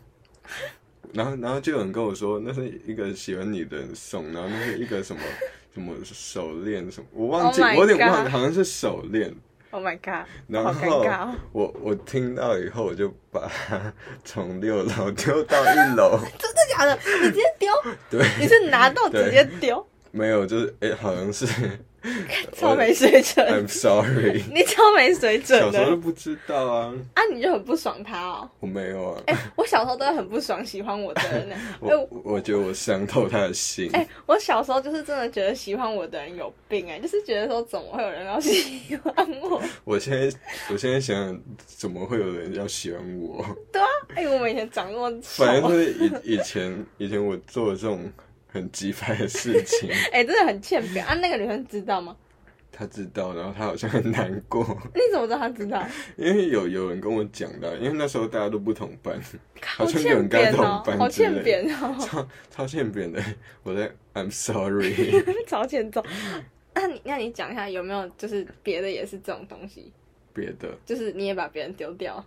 [SPEAKER 3] 然后然后就有人跟我说，那是一个喜欢你的人送，然后那是一个什么 [laughs] 什么手链什么，我忘记
[SPEAKER 1] Oh my
[SPEAKER 3] 我有点忘了，
[SPEAKER 1] God
[SPEAKER 3] 好像是手链。
[SPEAKER 1] Oh my god，
[SPEAKER 3] 然
[SPEAKER 1] 好
[SPEAKER 3] 后
[SPEAKER 1] 尴尬
[SPEAKER 3] [laughs]
[SPEAKER 1] 哦！
[SPEAKER 3] 我我听到以后，我就把它 [laughs] 从六楼丢到一
[SPEAKER 1] [laughs]
[SPEAKER 3] 楼。
[SPEAKER 1] 真的假的？你直接丢？
[SPEAKER 3] 对，
[SPEAKER 1] [laughs] 你是拿到直接丢？
[SPEAKER 3] 没有，就是哎、好像是 [laughs]
[SPEAKER 1] 超没水准！
[SPEAKER 3] I'm sorry，
[SPEAKER 1] 你超没水
[SPEAKER 3] 哎小
[SPEAKER 1] 准
[SPEAKER 3] 时候都
[SPEAKER 1] 的
[SPEAKER 3] 不知道啊，
[SPEAKER 1] 啊！你就很不爽他
[SPEAKER 3] [laughs]
[SPEAKER 1] 哦。
[SPEAKER 3] 我没有啊，
[SPEAKER 1] 哎、我小时候都很不爽喜欢我的人呢。哎、
[SPEAKER 3] [laughs] 我我觉得我伤透他的心。
[SPEAKER 1] 哎、我小时候就是真的觉得喜欢我的人有病哎、就是觉得说怎么会有人要喜欢我？
[SPEAKER 3] [laughs] 我现在我现在想想，怎么会有人要喜欢我？
[SPEAKER 1] 对啊，哎、我们以前长那么丑，
[SPEAKER 3] 反正就是以以前以前我做的这种很鸡掰的事情，
[SPEAKER 1] 哎、真的很欠扁啊！那个女生知道吗？
[SPEAKER 3] 他知道，然后他好像很难过，
[SPEAKER 1] 你怎么知道她知
[SPEAKER 3] [laughs]
[SPEAKER 1] 道？
[SPEAKER 3] 因为有有人跟我讲的啊，因为那时候大家都不同班，
[SPEAKER 1] 好
[SPEAKER 3] 像有
[SPEAKER 1] 欠
[SPEAKER 3] 人跟她
[SPEAKER 1] 扁
[SPEAKER 3] 同
[SPEAKER 1] 哦、
[SPEAKER 3] 班
[SPEAKER 1] 好
[SPEAKER 3] 之类
[SPEAKER 1] 欠扁哦、 [laughs]
[SPEAKER 3] 超超欠扁的。我在 I'm
[SPEAKER 1] [laughs]
[SPEAKER 3] sorry，
[SPEAKER 1] 朝前走。那啊你那你讲一下有没有就是别的也是这种东西，
[SPEAKER 3] 别的，
[SPEAKER 1] 就是你也把别人丢掉，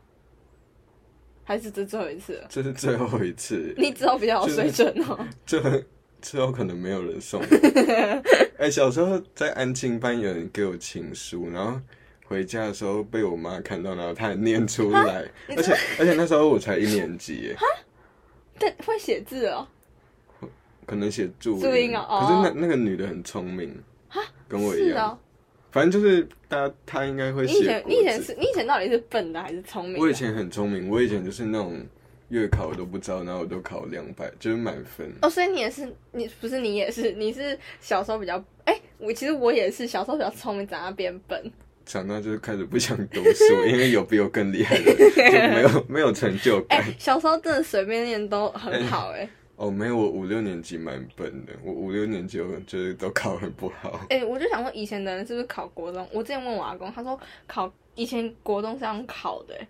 [SPEAKER 1] 还是这最后一次了？
[SPEAKER 3] 这是最后一次，
[SPEAKER 1] 你之后比较有水准哦、
[SPEAKER 3] 这之后可能没有人
[SPEAKER 1] [laughs]
[SPEAKER 3] 送我。哎、小时候在安静班有人给我情书，然后回家的时候被我妈看到，然后她还念出来，而且而且那时候我才一年级耶，
[SPEAKER 1] 但会写字哦、
[SPEAKER 3] 可能写注音，啊
[SPEAKER 1] 注音哦
[SPEAKER 3] 可是那那个女的很聪明，跟我一
[SPEAKER 1] 是
[SPEAKER 3] 样，
[SPEAKER 1] 哦、
[SPEAKER 3] 反正就是她她应该会
[SPEAKER 1] 你以
[SPEAKER 3] 写
[SPEAKER 1] 前
[SPEAKER 3] 国
[SPEAKER 1] 你以前
[SPEAKER 3] 字。
[SPEAKER 1] 是你以前到底是笨的还是聪明的？
[SPEAKER 3] 我以前很聪明，我以前就是那种月考我都不知道，然后我都考两百，就是满分。
[SPEAKER 1] 哦，所以你也是你不是你也是你是小时候比较哎、我其实我也是小时候比较聪明，长大变笨。
[SPEAKER 3] 长大就是开始不想读
[SPEAKER 1] [laughs]
[SPEAKER 3] 书，因为有比我更厉害的人，就没有没有成就
[SPEAKER 1] [laughs] 哎、
[SPEAKER 3] 感。
[SPEAKER 1] 小时候真的随便念都很好哎、
[SPEAKER 3] 哦，没有，我五六年级蛮笨的，我五六年级我就是都考很不好。 [laughs]
[SPEAKER 1] 哎、我就想说，以前的人是不是考国中？我之前问我阿公，他说考以前国中是这样考的、欸，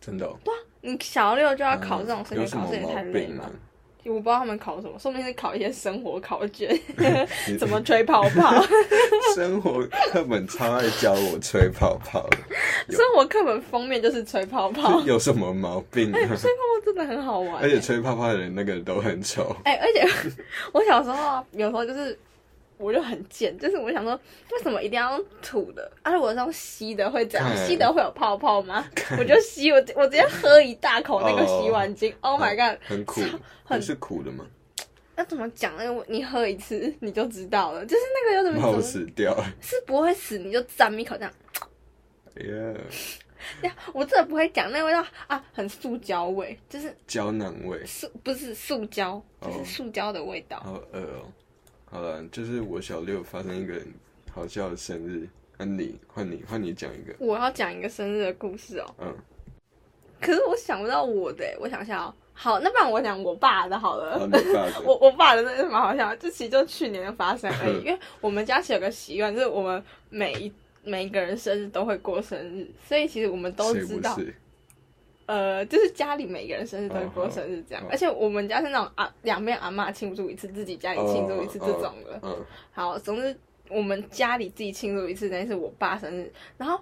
[SPEAKER 3] 真的、哦。
[SPEAKER 1] 你小六就要啊
[SPEAKER 3] 嗯
[SPEAKER 1] 考这种升
[SPEAKER 3] 有
[SPEAKER 1] 学
[SPEAKER 3] 什
[SPEAKER 1] 考
[SPEAKER 3] 么
[SPEAKER 1] 试，也太
[SPEAKER 3] 毛
[SPEAKER 1] 累
[SPEAKER 3] 病
[SPEAKER 1] 了
[SPEAKER 3] 啊
[SPEAKER 1] 吧。？我不知道他们考什么，说不定是考一些生活考卷，
[SPEAKER 3] [laughs] 你
[SPEAKER 1] 怎么吹泡泡。
[SPEAKER 3] 生活课本超爱教我吹泡泡的，
[SPEAKER 1] [laughs] 生活课本封面就是吹泡
[SPEAKER 3] [laughs]
[SPEAKER 1] 泡，
[SPEAKER 3] 这有什么毛
[SPEAKER 1] [laughs]
[SPEAKER 3] 病啊？
[SPEAKER 1] 吹泡泡真的很好玩、
[SPEAKER 3] 而且
[SPEAKER 1] 欸。
[SPEAKER 3] 吹泡泡的人那个都很丑。
[SPEAKER 1] 哎、而且 [laughs] 我小时候啊，有时候就是我就很贱，就是我想说，为什么一定要用吐的？啊，如果是用吸的会怎样？
[SPEAKER 3] 看
[SPEAKER 1] 吸的会有泡泡吗？我就吸，我我直接喝一大口那个
[SPEAKER 3] 哦
[SPEAKER 1] 洗碗巾。Oh my god！
[SPEAKER 3] 很苦，
[SPEAKER 1] 很
[SPEAKER 3] 你是苦的吗？
[SPEAKER 1] 那怎么讲？那个你喝一次你就知道了，就是那个有怎么
[SPEAKER 3] 怕
[SPEAKER 1] 怎
[SPEAKER 3] 我
[SPEAKER 1] 么
[SPEAKER 3] 死掉。 [laughs]
[SPEAKER 1] 是不会死，你就沾一口这样。
[SPEAKER 3] 哎呀，
[SPEAKER 1] 呀，我真的不会讲那个味道啊，很塑胶味，就是
[SPEAKER 3] 胶囊味，
[SPEAKER 1] 塑不是塑胶，就
[SPEAKER 3] 哦
[SPEAKER 1] 是塑胶的味道。
[SPEAKER 3] 好饿哦。好了，就是我小六发生一个很好笑的生日。那、你换你换你讲一个，
[SPEAKER 1] 我要讲一个生日的故事哦，
[SPEAKER 3] 嗯，
[SPEAKER 1] 可是我想不到我的欸，我想一下哦。好，那不然我讲我爸的好了。
[SPEAKER 3] 好你爸的。
[SPEAKER 1] 我我爸的真的是蛮好笑的，这其实就去年发生而
[SPEAKER 3] [laughs]
[SPEAKER 1] 已。因为我们家其实有个习惯，就是我们每一每一个人生日都会过生日，所以其实我们都
[SPEAKER 3] 谁
[SPEAKER 1] 知道
[SPEAKER 3] 不，是？
[SPEAKER 1] 呃，就是家里每个人生日都会
[SPEAKER 3] 哦
[SPEAKER 1] 过
[SPEAKER 3] 好
[SPEAKER 1] 生日这样
[SPEAKER 3] 好，
[SPEAKER 1] 而且我们家是那种啊两边阿嬷庆祝一次，自己家里庆祝一次这种的。
[SPEAKER 3] 嗯，
[SPEAKER 1] 好，总之我们家里自己庆祝一次，那是我爸生日，然后。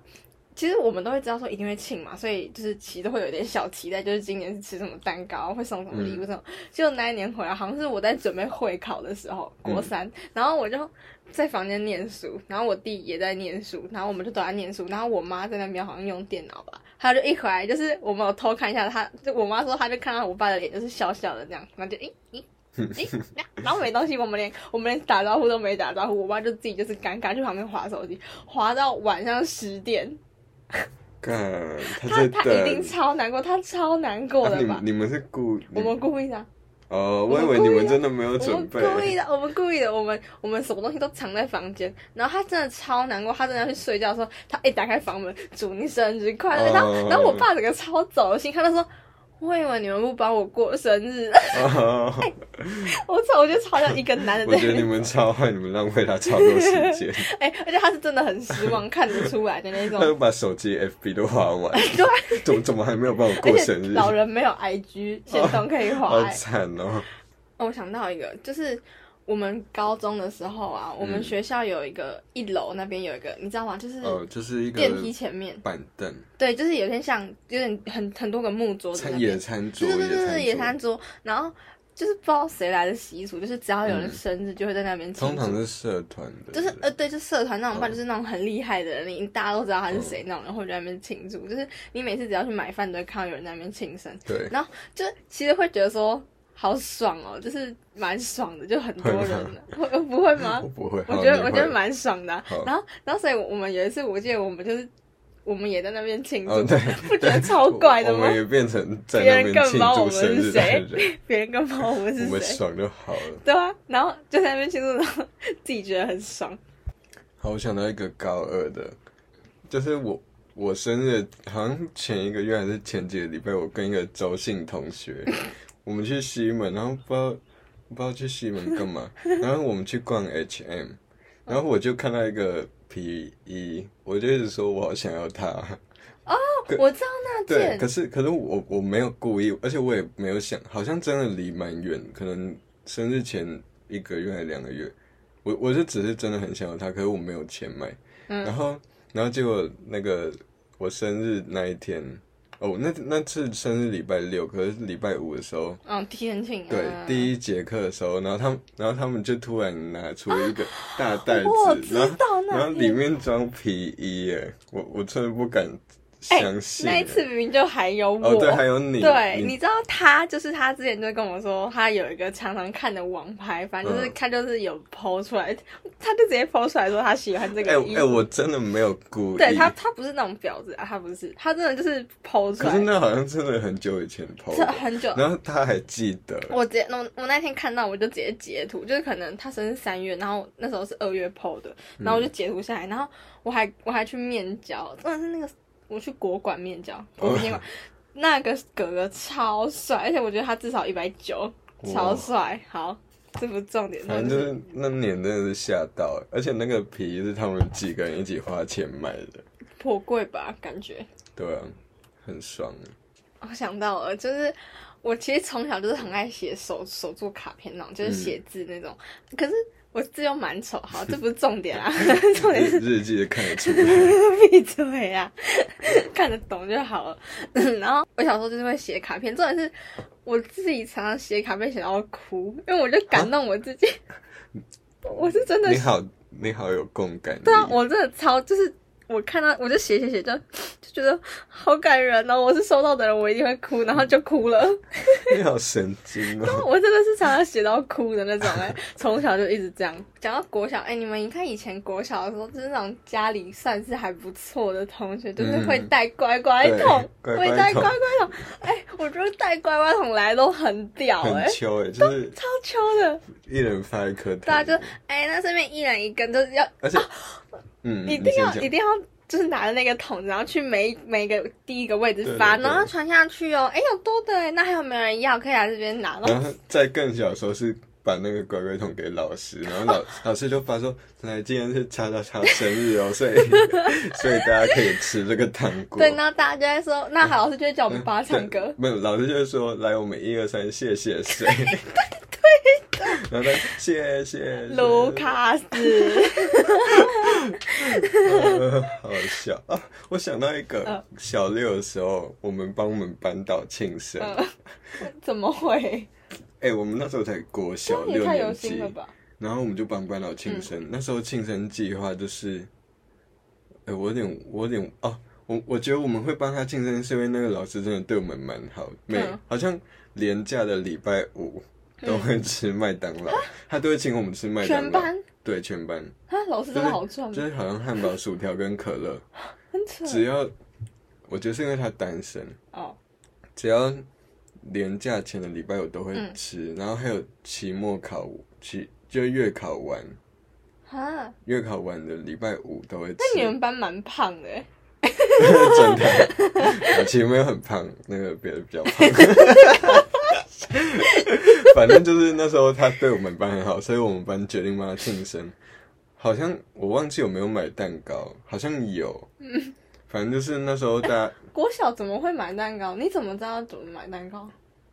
[SPEAKER 1] 其实我们都会知道说一定会庆嘛，所以就是其实都会有点小期待，就是今年是吃什么蛋糕，会送什么礼物这种。就那一年回来，好像是我在准备会考的时候，国
[SPEAKER 3] 嗯
[SPEAKER 1] 三，然后我就在房间念书，然后我弟也在念书，然后我们就都在念书，然后我妈在那边好像用电脑吧，她就一回来就是我们有偷看一下她，就我妈说她就看到我爸的脸就是笑笑的这样，然后就咦咦。咦，然后没东西，我们连我们连打招呼都没打招呼，我爸就自己就是尴尬去旁边划手机，划到晚上十点，
[SPEAKER 3] 干，他
[SPEAKER 1] 他
[SPEAKER 3] 在
[SPEAKER 1] 他
[SPEAKER 3] 等。
[SPEAKER 1] 一定超难过，他超难过
[SPEAKER 3] 啊
[SPEAKER 1] 的
[SPEAKER 3] 你
[SPEAKER 1] 吧
[SPEAKER 3] 们？你们是故你
[SPEAKER 1] 我们故意的啊，
[SPEAKER 3] 哦，
[SPEAKER 1] 我
[SPEAKER 3] 我
[SPEAKER 1] 们
[SPEAKER 3] 以为
[SPEAKER 1] 故意
[SPEAKER 3] 你们
[SPEAKER 1] 的
[SPEAKER 3] 真的没有
[SPEAKER 1] 我
[SPEAKER 3] 准
[SPEAKER 1] 们
[SPEAKER 3] 备。
[SPEAKER 1] 故意的，我们故意的，我们我们什么东西都藏在房间，然后他真的超难过，他真的要去睡觉的时候，他一打开房门，祝你生日快乐，
[SPEAKER 3] 哦
[SPEAKER 1] 然后然后我爸整个超走心，他就说。我以为你们不帮我过生日， [laughs]
[SPEAKER 3] 哦，
[SPEAKER 1] 我操！我觉得超像一个男的
[SPEAKER 3] 我
[SPEAKER 1] 在
[SPEAKER 3] 觉得你们超坏，你们浪费他超多时间，
[SPEAKER 1] 哎、而且他是真的很失望，看得出来的那种
[SPEAKER 3] 他。就把手机 FB 都花完，
[SPEAKER 1] 对，
[SPEAKER 3] 怎么怎么还没有帮我
[SPEAKER 1] 而
[SPEAKER 3] 过
[SPEAKER 1] 且
[SPEAKER 3] 生日？
[SPEAKER 1] 老人没有 IG 行动可以滑、
[SPEAKER 3] 好
[SPEAKER 1] 哎
[SPEAKER 3] 惨哦！
[SPEAKER 1] 哦，我想到一个，就是我们高中的时候啊，我们
[SPEAKER 3] 嗯
[SPEAKER 1] 学校有一个一楼那边有一个，你知道吗？就是
[SPEAKER 3] 哦，就是一
[SPEAKER 1] 电梯
[SPEAKER 3] 个
[SPEAKER 1] 前面，
[SPEAKER 3] 板凳、
[SPEAKER 1] 对，就是有点像，有点很很多个木桌子那
[SPEAKER 3] 餐
[SPEAKER 1] 边
[SPEAKER 3] 野，餐桌、
[SPEAKER 1] 对对对对，
[SPEAKER 3] 野
[SPEAKER 1] 野
[SPEAKER 3] 餐
[SPEAKER 1] 餐桌。然后就是不知道谁来的习俗，就是只要有人生日就会在那边庆
[SPEAKER 3] 嗯通
[SPEAKER 1] 祝。
[SPEAKER 3] 常是社团的，
[SPEAKER 1] 就是呃，对，就社团那种，
[SPEAKER 3] 嗯
[SPEAKER 1] 不然就是那种很厉害的人，你大家都知道他是
[SPEAKER 3] 哦
[SPEAKER 1] 谁那种，然后就在那边庆祝。就是你每次只要去买饭，都会看到有人在那边庆生，
[SPEAKER 3] 对，
[SPEAKER 1] 然后就是其实会觉得说好爽哦，就是蛮爽的，就很多人了，会不会
[SPEAKER 3] [laughs]
[SPEAKER 1] 吗
[SPEAKER 3] 我？不会，
[SPEAKER 1] 我
[SPEAKER 3] 好
[SPEAKER 1] 觉得
[SPEAKER 3] 你
[SPEAKER 1] 我
[SPEAKER 3] 会
[SPEAKER 1] 觉得蛮爽的啊、
[SPEAKER 3] 好
[SPEAKER 1] 然后然后所以我们有一次，我记得我们就是我们也在那边庆祝，
[SPEAKER 3] 哦对，
[SPEAKER 1] 不觉得超怪的
[SPEAKER 3] 我
[SPEAKER 1] 吗
[SPEAKER 3] 们？也变成在
[SPEAKER 1] 别
[SPEAKER 3] 那
[SPEAKER 1] 人
[SPEAKER 3] 边
[SPEAKER 1] 更不
[SPEAKER 3] 庆
[SPEAKER 1] 知道
[SPEAKER 3] 祝
[SPEAKER 1] 我们
[SPEAKER 3] 生
[SPEAKER 1] 是
[SPEAKER 3] 日的
[SPEAKER 1] 谁
[SPEAKER 3] 人，
[SPEAKER 1] 别人根本不知道我们
[SPEAKER 3] 我
[SPEAKER 1] 是
[SPEAKER 3] 们
[SPEAKER 1] 谁。
[SPEAKER 3] 爽就好了。
[SPEAKER 1] 对啊，然后就在那边庆祝，然后 [laughs] 自己觉得很爽。
[SPEAKER 3] 好，我想到一个高二的，就是我我生日好像前一个月还是前几个礼拜，我跟一个周姓同学，我们去西门，然后不知道不知道去西门
[SPEAKER 1] [laughs]
[SPEAKER 3] 干嘛，然后我们去逛 H&M，然后我就看到一个皮衣，我就一直说我好想要它。可
[SPEAKER 1] 我知道那
[SPEAKER 3] 对，
[SPEAKER 1] 件
[SPEAKER 3] 可，是可是我我没有故意，而且我也没有想，好像真的离蛮远，可能生日前一个月还两个月，我我就只是真的很想要它，可是我没有钱买，
[SPEAKER 1] 嗯
[SPEAKER 3] 然后然后结果那个我生日那一天，哦，那那次生日礼拜六，可是礼拜五的时候，
[SPEAKER 1] 嗯，提前庆，
[SPEAKER 3] 对，
[SPEAKER 1] 一
[SPEAKER 3] 第一节课的时候，然后他们然后他们就突然拿出一个大袋
[SPEAKER 1] 啊我
[SPEAKER 3] 子，
[SPEAKER 1] 知
[SPEAKER 3] 然后
[SPEAKER 1] 道那
[SPEAKER 3] 然后里
[SPEAKER 1] 天，
[SPEAKER 3] 面装皮衣，耶，我我真的不敢
[SPEAKER 1] 哎
[SPEAKER 3] 相信耶、
[SPEAKER 1] 那一次明明就还有我。
[SPEAKER 3] 哦，对，还有你，
[SPEAKER 1] 对，
[SPEAKER 3] 你
[SPEAKER 1] 你知道他就是他之前就跟我说，他有一个常常看的网拍，反正就是
[SPEAKER 3] 嗯
[SPEAKER 1] 他就是有 PO 出来，他就直接 PO 出来说他喜欢这
[SPEAKER 3] 哎
[SPEAKER 1] 个衣
[SPEAKER 3] 哎，
[SPEAKER 1] 服。
[SPEAKER 3] 我真的没有故意。
[SPEAKER 1] 对他，他不是那种婊子啊，他不是，他真的就是 PO 出
[SPEAKER 3] 可
[SPEAKER 1] 来，
[SPEAKER 3] 是那好像真的很久以前抛
[SPEAKER 1] 这
[SPEAKER 3] 的，
[SPEAKER 1] 很久。
[SPEAKER 3] 然后他还记得，
[SPEAKER 1] 我直接，我我那天看到我就直接截图，就是可能他生日三月，然后那时候是二月 PO 的，然
[SPEAKER 3] 嗯
[SPEAKER 1] 后我就截图下来，然后我还我还去面交，真的是那个我去国馆面交，国宾
[SPEAKER 3] 哦
[SPEAKER 1] 馆、 [laughs] 那个哥哥超帅，而且我觉得他至少一百九，
[SPEAKER 3] 哇
[SPEAKER 1] 超帅。好，这不是重点，
[SPEAKER 3] 反正
[SPEAKER 1] 重
[SPEAKER 3] 就
[SPEAKER 1] 点是
[SPEAKER 3] 是那年真的是吓到，而且那个皮是他们几个人一起花钱买的，
[SPEAKER 1] 破贵吧，感觉。
[SPEAKER 3] 对啊，很爽。
[SPEAKER 1] 我想到了，就是我其实从小就是很爱写手手作卡片那种，
[SPEAKER 3] 嗯
[SPEAKER 1] 就是写字那种，可是。我字又蛮丑，好，这不是重点
[SPEAKER 3] [laughs]
[SPEAKER 1] 啊，重点是
[SPEAKER 3] 日日记看得出
[SPEAKER 1] [laughs]
[SPEAKER 3] 来，
[SPEAKER 1] 闭嘴呀、看得懂就好了。然后我小时候就是会写卡片，重点是我自己常常写卡片写到哭，因为我就感动我自己。我是真的
[SPEAKER 3] 啊你，好，你好有共感力。
[SPEAKER 1] 对啊，我真的超就是。我看到我就写写写，就就觉得好感人哦！我是收到的人，我一定会哭，然后就哭了。
[SPEAKER 3] [laughs]
[SPEAKER 1] [laughs]
[SPEAKER 3] 你好神经哦。
[SPEAKER 1] 我真的是常常写到哭的那种哎、从小就一直这样。讲到国小，哎、你们你看以前国小的时候，就是那种家里算是还不错的同学，就是会带乖乖桶，
[SPEAKER 3] 嗯对
[SPEAKER 1] 会
[SPEAKER 3] 乖乖
[SPEAKER 1] 带
[SPEAKER 3] 桶
[SPEAKER 1] 乖乖桶。哎、我觉得带乖乖桶来都很屌哎、
[SPEAKER 3] 很秋哎，就是
[SPEAKER 1] 超秋的，
[SPEAKER 3] 一人发一颗糖，
[SPEAKER 1] 大家就哎、那上面一人一根，就是要
[SPEAKER 3] 而且，嗯，
[SPEAKER 1] 一定
[SPEAKER 3] 你
[SPEAKER 1] 要
[SPEAKER 3] 先讲
[SPEAKER 1] 一定要就是拿着那个桶子，然后去每每个第一个位置发，
[SPEAKER 3] 对对对
[SPEAKER 1] 然后传下去哦。哎、有多的哎、那还有没有人要？可以来这边拿。然后
[SPEAKER 3] [laughs] 然后在更小的时候是把那个乖乖桶给老师，然后老
[SPEAKER 1] [laughs]
[SPEAKER 3] 老师就发说，来今天是叉叉叉生日哦，所以 [laughs] 所以大家可以吃这个糖果。
[SPEAKER 1] 对，然后大家就在说，那好，老师就会叫我们帮他唱歌
[SPEAKER 3] 嗯对。没有，老师就是说，来我们一二三，谢谢谁？对对 [laughs] 然后他谢谢
[SPEAKER 1] 卢，卡斯，
[SPEAKER 3] 呃好笑啊！我想到一个
[SPEAKER 1] 嗯
[SPEAKER 3] 小六的时候，我们帮我们班导庆生，哎、 [laughs]
[SPEAKER 1] 嗯怎么会？
[SPEAKER 3] 我们那时候才国小
[SPEAKER 1] 这也
[SPEAKER 3] 六
[SPEAKER 1] 太有
[SPEAKER 3] 年
[SPEAKER 1] 心
[SPEAKER 3] 级
[SPEAKER 1] 了，吧！
[SPEAKER 3] 然后我们就帮班导庆生，
[SPEAKER 1] 嗯
[SPEAKER 3] 那时候庆生计划就是，哎、我有点，我有点哦，我我觉得我们会帮他庆生，是因为那个老师真的对我们蛮好，每、
[SPEAKER 1] 嗯
[SPEAKER 3] 好像连假的礼拜五都会吃麦当劳，他都会请我们吃麦当
[SPEAKER 1] 啊全
[SPEAKER 3] 劳，
[SPEAKER 1] 班
[SPEAKER 3] 对，全班
[SPEAKER 1] 啊，老师真的好赚
[SPEAKER 3] 就，是好像汉堡、薯条跟可
[SPEAKER 1] [laughs]
[SPEAKER 3] 乐，
[SPEAKER 1] 很扯
[SPEAKER 3] 只要我觉得是因为他单身，
[SPEAKER 1] 哦。
[SPEAKER 3] 只要年假前的礼拜我都会
[SPEAKER 1] 嗯
[SPEAKER 3] 吃，然后还有期末考期就月考完。
[SPEAKER 1] 啊，
[SPEAKER 3] 月考完的礼拜五都会吃。
[SPEAKER 1] 那你
[SPEAKER 3] [laughs]
[SPEAKER 1] 们班蛮胖的欸，
[SPEAKER 3] 真的，我 [laughs] 其实没有很胖，那个别人比较胖。 [laughs] 反正就是那时候他对我们班很好，所以我们班决定帮他庆生。好像我忘记有没有买蛋糕，好像
[SPEAKER 1] [laughs]
[SPEAKER 3] 有。反正就是那时候大家，
[SPEAKER 1] 国小怎么会买蛋糕？你怎么知道怎么买蛋糕？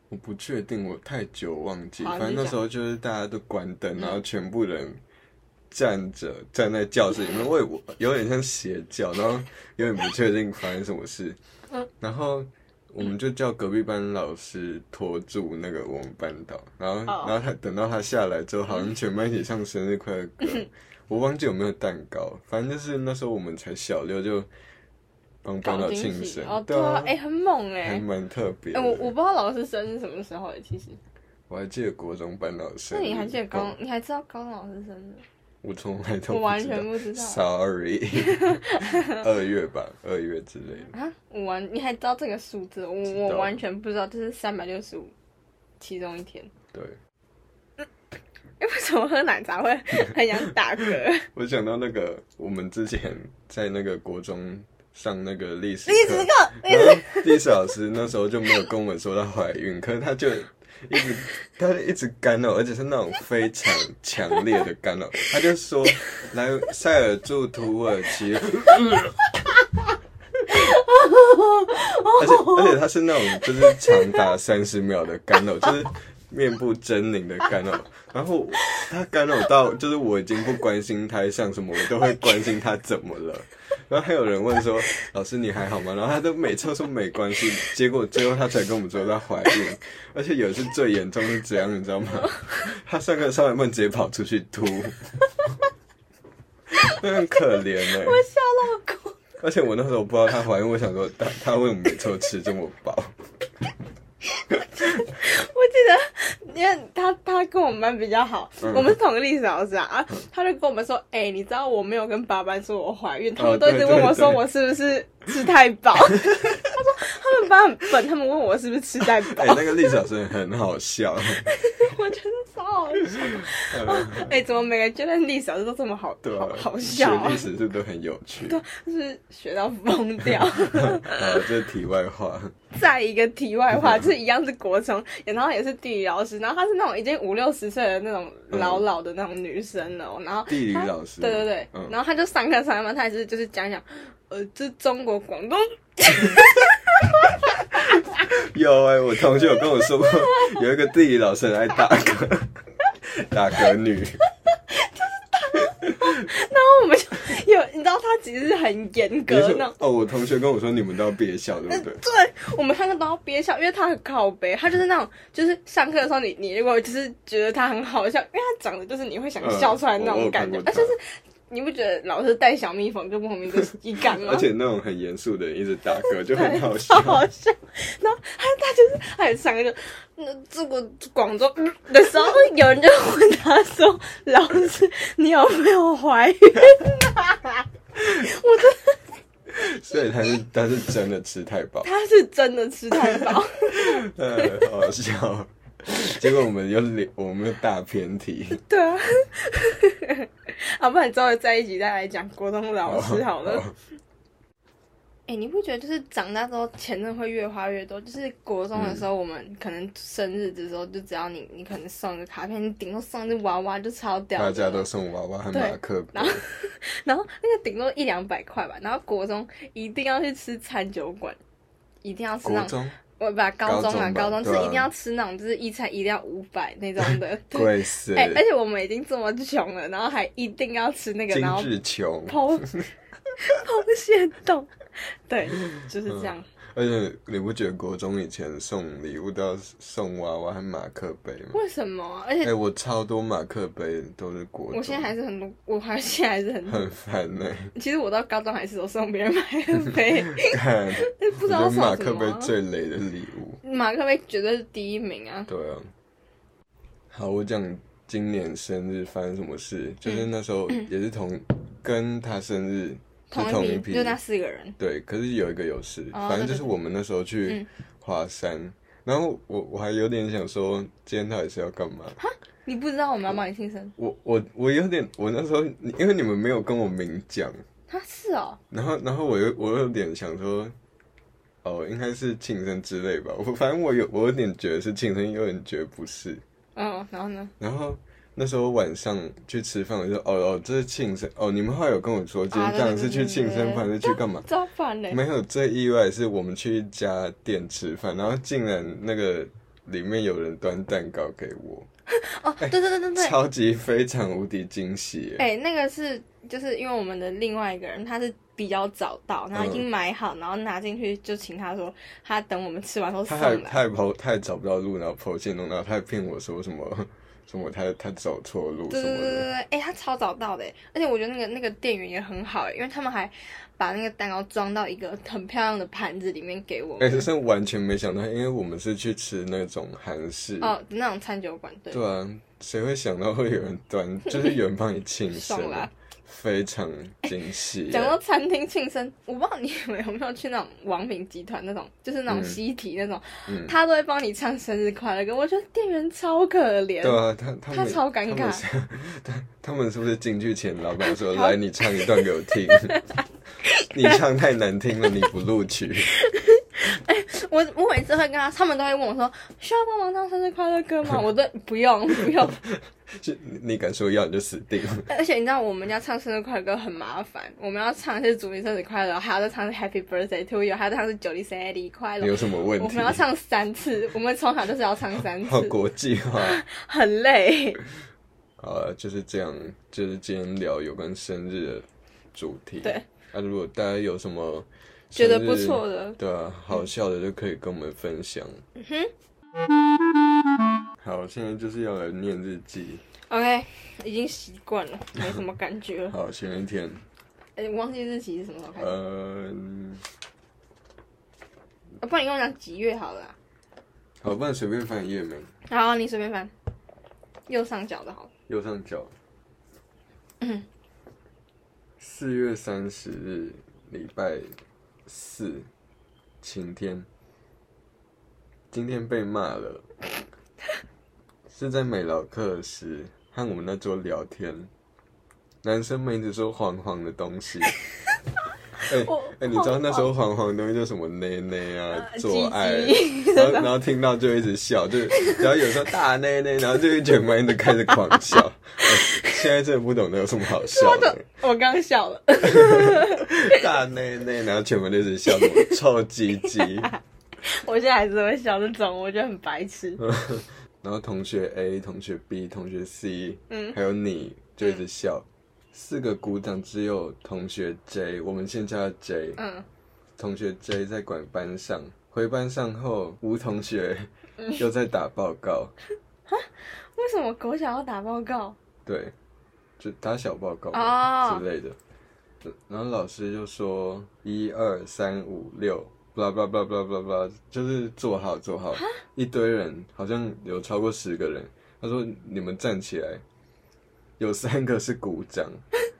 [SPEAKER 3] 我不确定，我太久忘记。
[SPEAKER 1] 好嗯
[SPEAKER 3] 反正那时候就是大家都关灯，然后全部人站着站在教室里面，我也我有点像邪教，然后有点不确定发生什么事
[SPEAKER 1] 嗯。
[SPEAKER 3] 然后我们就叫隔壁班老师拖住那个我们班导，然后、
[SPEAKER 1] 哦
[SPEAKER 3] 然后他等到他下来之后，好像全班一起唱生日快乐歌，
[SPEAKER 1] 嗯
[SPEAKER 3] 我忘记有没有蛋糕，反正就是那时候我们才小六就帮班
[SPEAKER 1] 搞
[SPEAKER 3] 导
[SPEAKER 1] 惊
[SPEAKER 3] 庆
[SPEAKER 1] 喜
[SPEAKER 3] 生，
[SPEAKER 1] 哦，对
[SPEAKER 3] 对
[SPEAKER 1] 啊，哎、很猛哎、
[SPEAKER 3] 还蛮特别
[SPEAKER 1] 哎、
[SPEAKER 3] 的。
[SPEAKER 1] 我我不知道老师生日什么时候哎、其实，
[SPEAKER 3] 我还记得国中班老师，
[SPEAKER 1] 那你还记得高，
[SPEAKER 3] 哦
[SPEAKER 1] 你还知道高中老师生日？
[SPEAKER 3] 我从来都
[SPEAKER 1] 我完
[SPEAKER 3] 知
[SPEAKER 1] 全
[SPEAKER 3] 道
[SPEAKER 1] 不知道 [laughs]
[SPEAKER 3] Sorry，二月吧，二月之类的。
[SPEAKER 1] 啊！我完，你还知道这个数字？我
[SPEAKER 3] 知道
[SPEAKER 1] 我完全不知道，这是三百六十五其中一天。 [laughs]
[SPEAKER 3] 对，
[SPEAKER 1] 哎、为什么喝奶茶会很想打 [laughs] 嗝？
[SPEAKER 3] 我想到那个我们之前在那个国中上那个历史
[SPEAKER 1] 历史课，
[SPEAKER 3] 课，然后历史老师那时候就没有跟我们说她怀孕，可是她就一直她就一直干扰，而且是那种非常强烈的干扰。她就说：“来塞尔柱土耳其。”嗯而且而且她是那种就是长达三十秒的干扰，就是面部狰狞的干扰。 [laughs] 然后她干扰到就是我已经不关心她像什么，我都会关心她怎么了。然后还有人问说：“老师你还好吗？”然后他都每次都说没关系，结果最后他才跟我们说她怀孕，而且有一次最严重是怎样，你知道吗？ [laughs] 他上课上完半直接跑出去吐， [laughs] 那很可怜哎、
[SPEAKER 1] 我笑到哭。
[SPEAKER 3] 而且我那时候不知道她怀孕，我想说她她为什么每次都吃这么饱？
[SPEAKER 1] 我记得，因为他他跟我们班比较好，
[SPEAKER 3] 嗯
[SPEAKER 1] 我们是同个历史老师啊，啊他就跟我们说，哎、你知道我没有跟爸爸说我怀孕，他们都一直
[SPEAKER 3] 哦对
[SPEAKER 1] 问我
[SPEAKER 3] 对
[SPEAKER 1] 说
[SPEAKER 3] 对
[SPEAKER 1] 我是不是吃太饱。 [laughs] 他说他们班很笨，他们问我是不是吃太饱
[SPEAKER 3] [laughs] 哎、，那个历史老师很好笑，哎
[SPEAKER 1] 我觉得超好笑。哎、怎么每个阶段历史老师都这么好，
[SPEAKER 3] 对吧、
[SPEAKER 1] 好好笑、
[SPEAKER 3] 学
[SPEAKER 1] 啊
[SPEAKER 3] 历？史是不是都很有趣？
[SPEAKER 1] 对，就是学到疯掉。
[SPEAKER 3] [laughs] 好，这是题外话。 [laughs]
[SPEAKER 1] 再一个题外
[SPEAKER 3] 嗯
[SPEAKER 1] 话，就是一样是国中，然后也是地理老师，然后她是那种已经五六十岁的那种老老的那种女生了哦，然后
[SPEAKER 3] 地理老师，
[SPEAKER 1] 对对对，
[SPEAKER 3] 嗯
[SPEAKER 1] 然后她就上课上嘛，她也是就是讲讲，呃，这中国广东，
[SPEAKER 3] 有哎、我同学有跟我说过，有一个地理老师很爱打嗝， [laughs] 打
[SPEAKER 1] [laughs]
[SPEAKER 3] 嗝女。
[SPEAKER 1] 然后我们就有，你知道她其实是很严
[SPEAKER 3] 你
[SPEAKER 1] 格的那
[SPEAKER 3] 说
[SPEAKER 1] 种。
[SPEAKER 3] 哦，我同学跟我说你们都要憋笑，对不对？
[SPEAKER 1] 对我们三个都要憋笑，因为她很靠背，她就是那种，就是上课的时候你你如果就是觉得她很好笑，因为她长得就是你会想笑出来那种感觉，
[SPEAKER 3] 嗯嗯我
[SPEAKER 1] 而
[SPEAKER 3] 我有看过她
[SPEAKER 1] 且是你不觉得老师带小蜜蜂就莫名的喜感吗？
[SPEAKER 3] [laughs] [laughs] 而且那种很严肃的人一直打嗝就很好
[SPEAKER 1] 对，
[SPEAKER 3] 笑
[SPEAKER 1] 超。 [laughs] 好笑。然后他他就是他有三个就，那这个广州嗯的时候，有人就问他说：“老师，你有没有怀孕啊？”我真的，
[SPEAKER 3] 所以他是他是真的吃太饱， [laughs]
[SPEAKER 1] 他是真的吃太饱。
[SPEAKER 3] 呃，好好笑。结果我们又连我们又大偏题，
[SPEAKER 1] 对啊，啊，不然之后在一起再来讲国中老师好
[SPEAKER 3] 哦
[SPEAKER 1] 了。哎、你不觉得就是长大之后钱真的会越花越多？就是国中的时候，我们可能生日的时候，就只要你你可能送一个卡片，你顶多送一只娃娃就超屌的
[SPEAKER 3] 大
[SPEAKER 1] 了。
[SPEAKER 3] 家都送娃娃和马克杯，
[SPEAKER 1] 然后然后那个顶多一两百块吧。然后国中一定要去吃餐酒馆，一定要吃
[SPEAKER 3] 国
[SPEAKER 1] 那种，
[SPEAKER 3] 中
[SPEAKER 1] 我把高中啊，高
[SPEAKER 3] 高
[SPEAKER 1] 中
[SPEAKER 3] 中吧
[SPEAKER 1] 是
[SPEAKER 3] 对啊
[SPEAKER 1] 一定要吃那种，就是一餐一定要五百那种
[SPEAKER 3] [laughs]
[SPEAKER 1] 的。对，
[SPEAKER 3] 贵死，
[SPEAKER 1] 哎、而且我们已经这么穷了，然后还一定要吃那个，然
[SPEAKER 3] 精
[SPEAKER 1] 后
[SPEAKER 3] 致穷，
[SPEAKER 1] 抛抛线洞，对，就是这样。
[SPEAKER 3] 而且你不觉得国中以前送礼物都要送娃娃和马克杯吗？
[SPEAKER 1] 为什么啊？而
[SPEAKER 3] 哎、
[SPEAKER 1] 且
[SPEAKER 3] 我超多马克杯都是国中，
[SPEAKER 1] 我现在还是很多，我还现在还是很多。
[SPEAKER 3] 很烦呢、
[SPEAKER 1] 其实我到高中还是有送别人买的
[SPEAKER 3] [laughs]
[SPEAKER 1] 杯，
[SPEAKER 3] 看，
[SPEAKER 1] [laughs] 不知
[SPEAKER 3] 我觉
[SPEAKER 1] 道
[SPEAKER 3] 得
[SPEAKER 1] 送
[SPEAKER 3] 马
[SPEAKER 1] 什
[SPEAKER 3] 克
[SPEAKER 1] 么
[SPEAKER 3] 杯
[SPEAKER 1] 啊。
[SPEAKER 3] 最雷的礼物。
[SPEAKER 1] 马克杯绝对是第一名啊！
[SPEAKER 3] 对啊，好，我讲今年生日发生什么事，就是那时候也是同、跟他生日是
[SPEAKER 1] 嗯同
[SPEAKER 3] 同
[SPEAKER 1] 一
[SPEAKER 3] 一
[SPEAKER 1] 批，就那四个人。
[SPEAKER 3] 对，可是有一个有事，
[SPEAKER 1] 哦嗯
[SPEAKER 3] 反正就是我们那时候去华山，然后我我还有点想说，今天到底是要干嘛？
[SPEAKER 1] 你不知道我们要帮你庆生
[SPEAKER 3] 我我我有点，我那时候因为你们没有跟我明讲，
[SPEAKER 1] 啊？是哦，
[SPEAKER 3] 然后然后我又我有点想说，哦，应该是庆生之类吧，我反正我有我有点觉得是庆生，又有点觉得不是，
[SPEAKER 1] 嗯，然后呢？
[SPEAKER 3] 然后。那时候晚上去吃饭，我就说哦哦，这是庆生哦。你们后来有跟我说，今
[SPEAKER 1] 啊对
[SPEAKER 3] 天到底是去
[SPEAKER 1] 对对
[SPEAKER 3] 庆
[SPEAKER 1] 对
[SPEAKER 3] 生，
[SPEAKER 1] 对
[SPEAKER 3] 还是去干嘛？
[SPEAKER 1] [laughs] 造反嘞！
[SPEAKER 3] 没有最意外的是我们去一家店吃饭，然后竟然那个里面有人端蛋糕给我，
[SPEAKER 1] 哦，
[SPEAKER 3] 哎
[SPEAKER 1] 对对对对对，
[SPEAKER 3] 超级非常无敌惊喜耶！
[SPEAKER 1] 哎，那个是就是因为我们的另外一个人，他是比较早到，然后已
[SPEAKER 3] 嗯
[SPEAKER 1] 经买好，然后拿进去就请他说他等我们吃完后
[SPEAKER 3] 他
[SPEAKER 1] 送
[SPEAKER 3] 还
[SPEAKER 1] 来。
[SPEAKER 3] 他还跑，他还找不到路，然后跑进弄，然后他还骗我说什么 [laughs] 什么他他走错路什
[SPEAKER 1] 对对
[SPEAKER 3] 么
[SPEAKER 1] 对对
[SPEAKER 3] 的，
[SPEAKER 1] 对，哎、他超早到的欸，而且我觉得那个那个店员也很好欸，因为他们还把那个蛋糕装到一个很漂亮的盘子里面给我
[SPEAKER 3] 哎、
[SPEAKER 1] 们。
[SPEAKER 3] 这是完全没想到，因为我们是去吃那种韩式，
[SPEAKER 1] 哦，那种餐酒馆，对，
[SPEAKER 3] 对啊，谁会想到会有人
[SPEAKER 1] [laughs]
[SPEAKER 3] 端，就是有人帮你庆生
[SPEAKER 1] 爽啦，
[SPEAKER 3] 非常惊喜耶。啊
[SPEAKER 1] 讲到餐厅庆生，我不知道你们有没有去那种王品集团那种，就是那种
[SPEAKER 3] 嗯
[SPEAKER 1] 西体那种，
[SPEAKER 3] 嗯
[SPEAKER 1] 他都会帮你唱生日快乐歌。我觉得店员超可怜，
[SPEAKER 3] 对啊，他他
[SPEAKER 1] 他
[SPEAKER 3] 们
[SPEAKER 1] 超尴
[SPEAKER 3] 他们
[SPEAKER 1] 尬
[SPEAKER 3] 是他他们是不是进去前老
[SPEAKER 1] [laughs]
[SPEAKER 3] 板说
[SPEAKER 1] 好
[SPEAKER 3] 来你唱一段给我
[SPEAKER 1] [laughs]
[SPEAKER 3] 听？你唱太难听了，你不录取。 [laughs]
[SPEAKER 1] 我我每次会跟他，他们都会问我说需要帮忙唱生日快乐歌
[SPEAKER 3] [laughs]
[SPEAKER 1] 吗？我都不用不用。
[SPEAKER 3] 就你你敢说要你就死定了。
[SPEAKER 1] 而且你知道我们家唱生日快乐歌很麻烦，我们要唱的是祝你生日快乐，还要再唱是 Happy Birthday to you，还要再唱是九零生日快
[SPEAKER 3] 你
[SPEAKER 1] 乐
[SPEAKER 3] 有。什么问
[SPEAKER 1] 哎我
[SPEAKER 3] 题
[SPEAKER 1] 们？要唱三次，我们从小就是要唱三
[SPEAKER 3] [laughs] 好
[SPEAKER 1] 次，
[SPEAKER 3] 国际化。
[SPEAKER 1] 很累。
[SPEAKER 3] 好了，就是这样，就是今天聊有关生日的主题。
[SPEAKER 1] 对。
[SPEAKER 3] 那、如果大家有什么
[SPEAKER 1] 觉得
[SPEAKER 3] 生日
[SPEAKER 1] 不错的，
[SPEAKER 3] 对啊，好笑的就可以跟我们分享。嗯哼。好，现在就是要来念日记。
[SPEAKER 1] OK，已经习惯了，没什么感觉了。
[SPEAKER 3] 好，前一天，
[SPEAKER 1] [laughs] 哎、我忘记日期是什么时候开始，
[SPEAKER 3] 呃，嗯
[SPEAKER 1] 呃不然你跟我讲几月好了啊、
[SPEAKER 3] 好，不然随便翻一页没？
[SPEAKER 1] 好，啊你随便翻，右上角的好了。
[SPEAKER 3] 右上角。四月三十日，礼拜四，晴天。今天被骂了，是在美劳课时和我们那桌聊天，男生们一直说黄黄的东西。哎、哎
[SPEAKER 1] 我、
[SPEAKER 3] 你知道那时候黄黄的东西叫什么奶奶啊
[SPEAKER 1] 哦呃，
[SPEAKER 3] 做爱，
[SPEAKER 1] 鸡鸡
[SPEAKER 3] [laughs] 然后
[SPEAKER 1] [laughs]
[SPEAKER 3] 然后听到就一直笑，就然后有时候大内内，然后就一整班就开始狂笑。 [laughs] 哎现在真的不懂得有什么好笑的，
[SPEAKER 1] [laughs] 我刚笑了，
[SPEAKER 3] 大内内，然后全部都是笑什么臭鸡
[SPEAKER 1] [laughs]
[SPEAKER 3] 鸡。
[SPEAKER 1] 我现在还是会笑这种，我觉得很白痴。
[SPEAKER 3] 嗯然后同学 A、同学 B、同学 C，
[SPEAKER 1] 嗯
[SPEAKER 3] 还有你就一直笑。四个鼓掌只有同学 J，我们现在叫他 J，
[SPEAKER 1] 嗯，
[SPEAKER 3] 同学 J 在管班上。回班上后，吴同学
[SPEAKER 1] 嗯
[SPEAKER 3] 又在打报告，
[SPEAKER 1] 为什么狗想要打报告？
[SPEAKER 3] 对，就打小报告
[SPEAKER 1] 哦
[SPEAKER 3] 之类的。然后老师就说一二三五六，blah blah blah blah blah blah，就是坐好坐好，一堆人好像有超过十个人。他说你们站起来，有三个是鼓掌，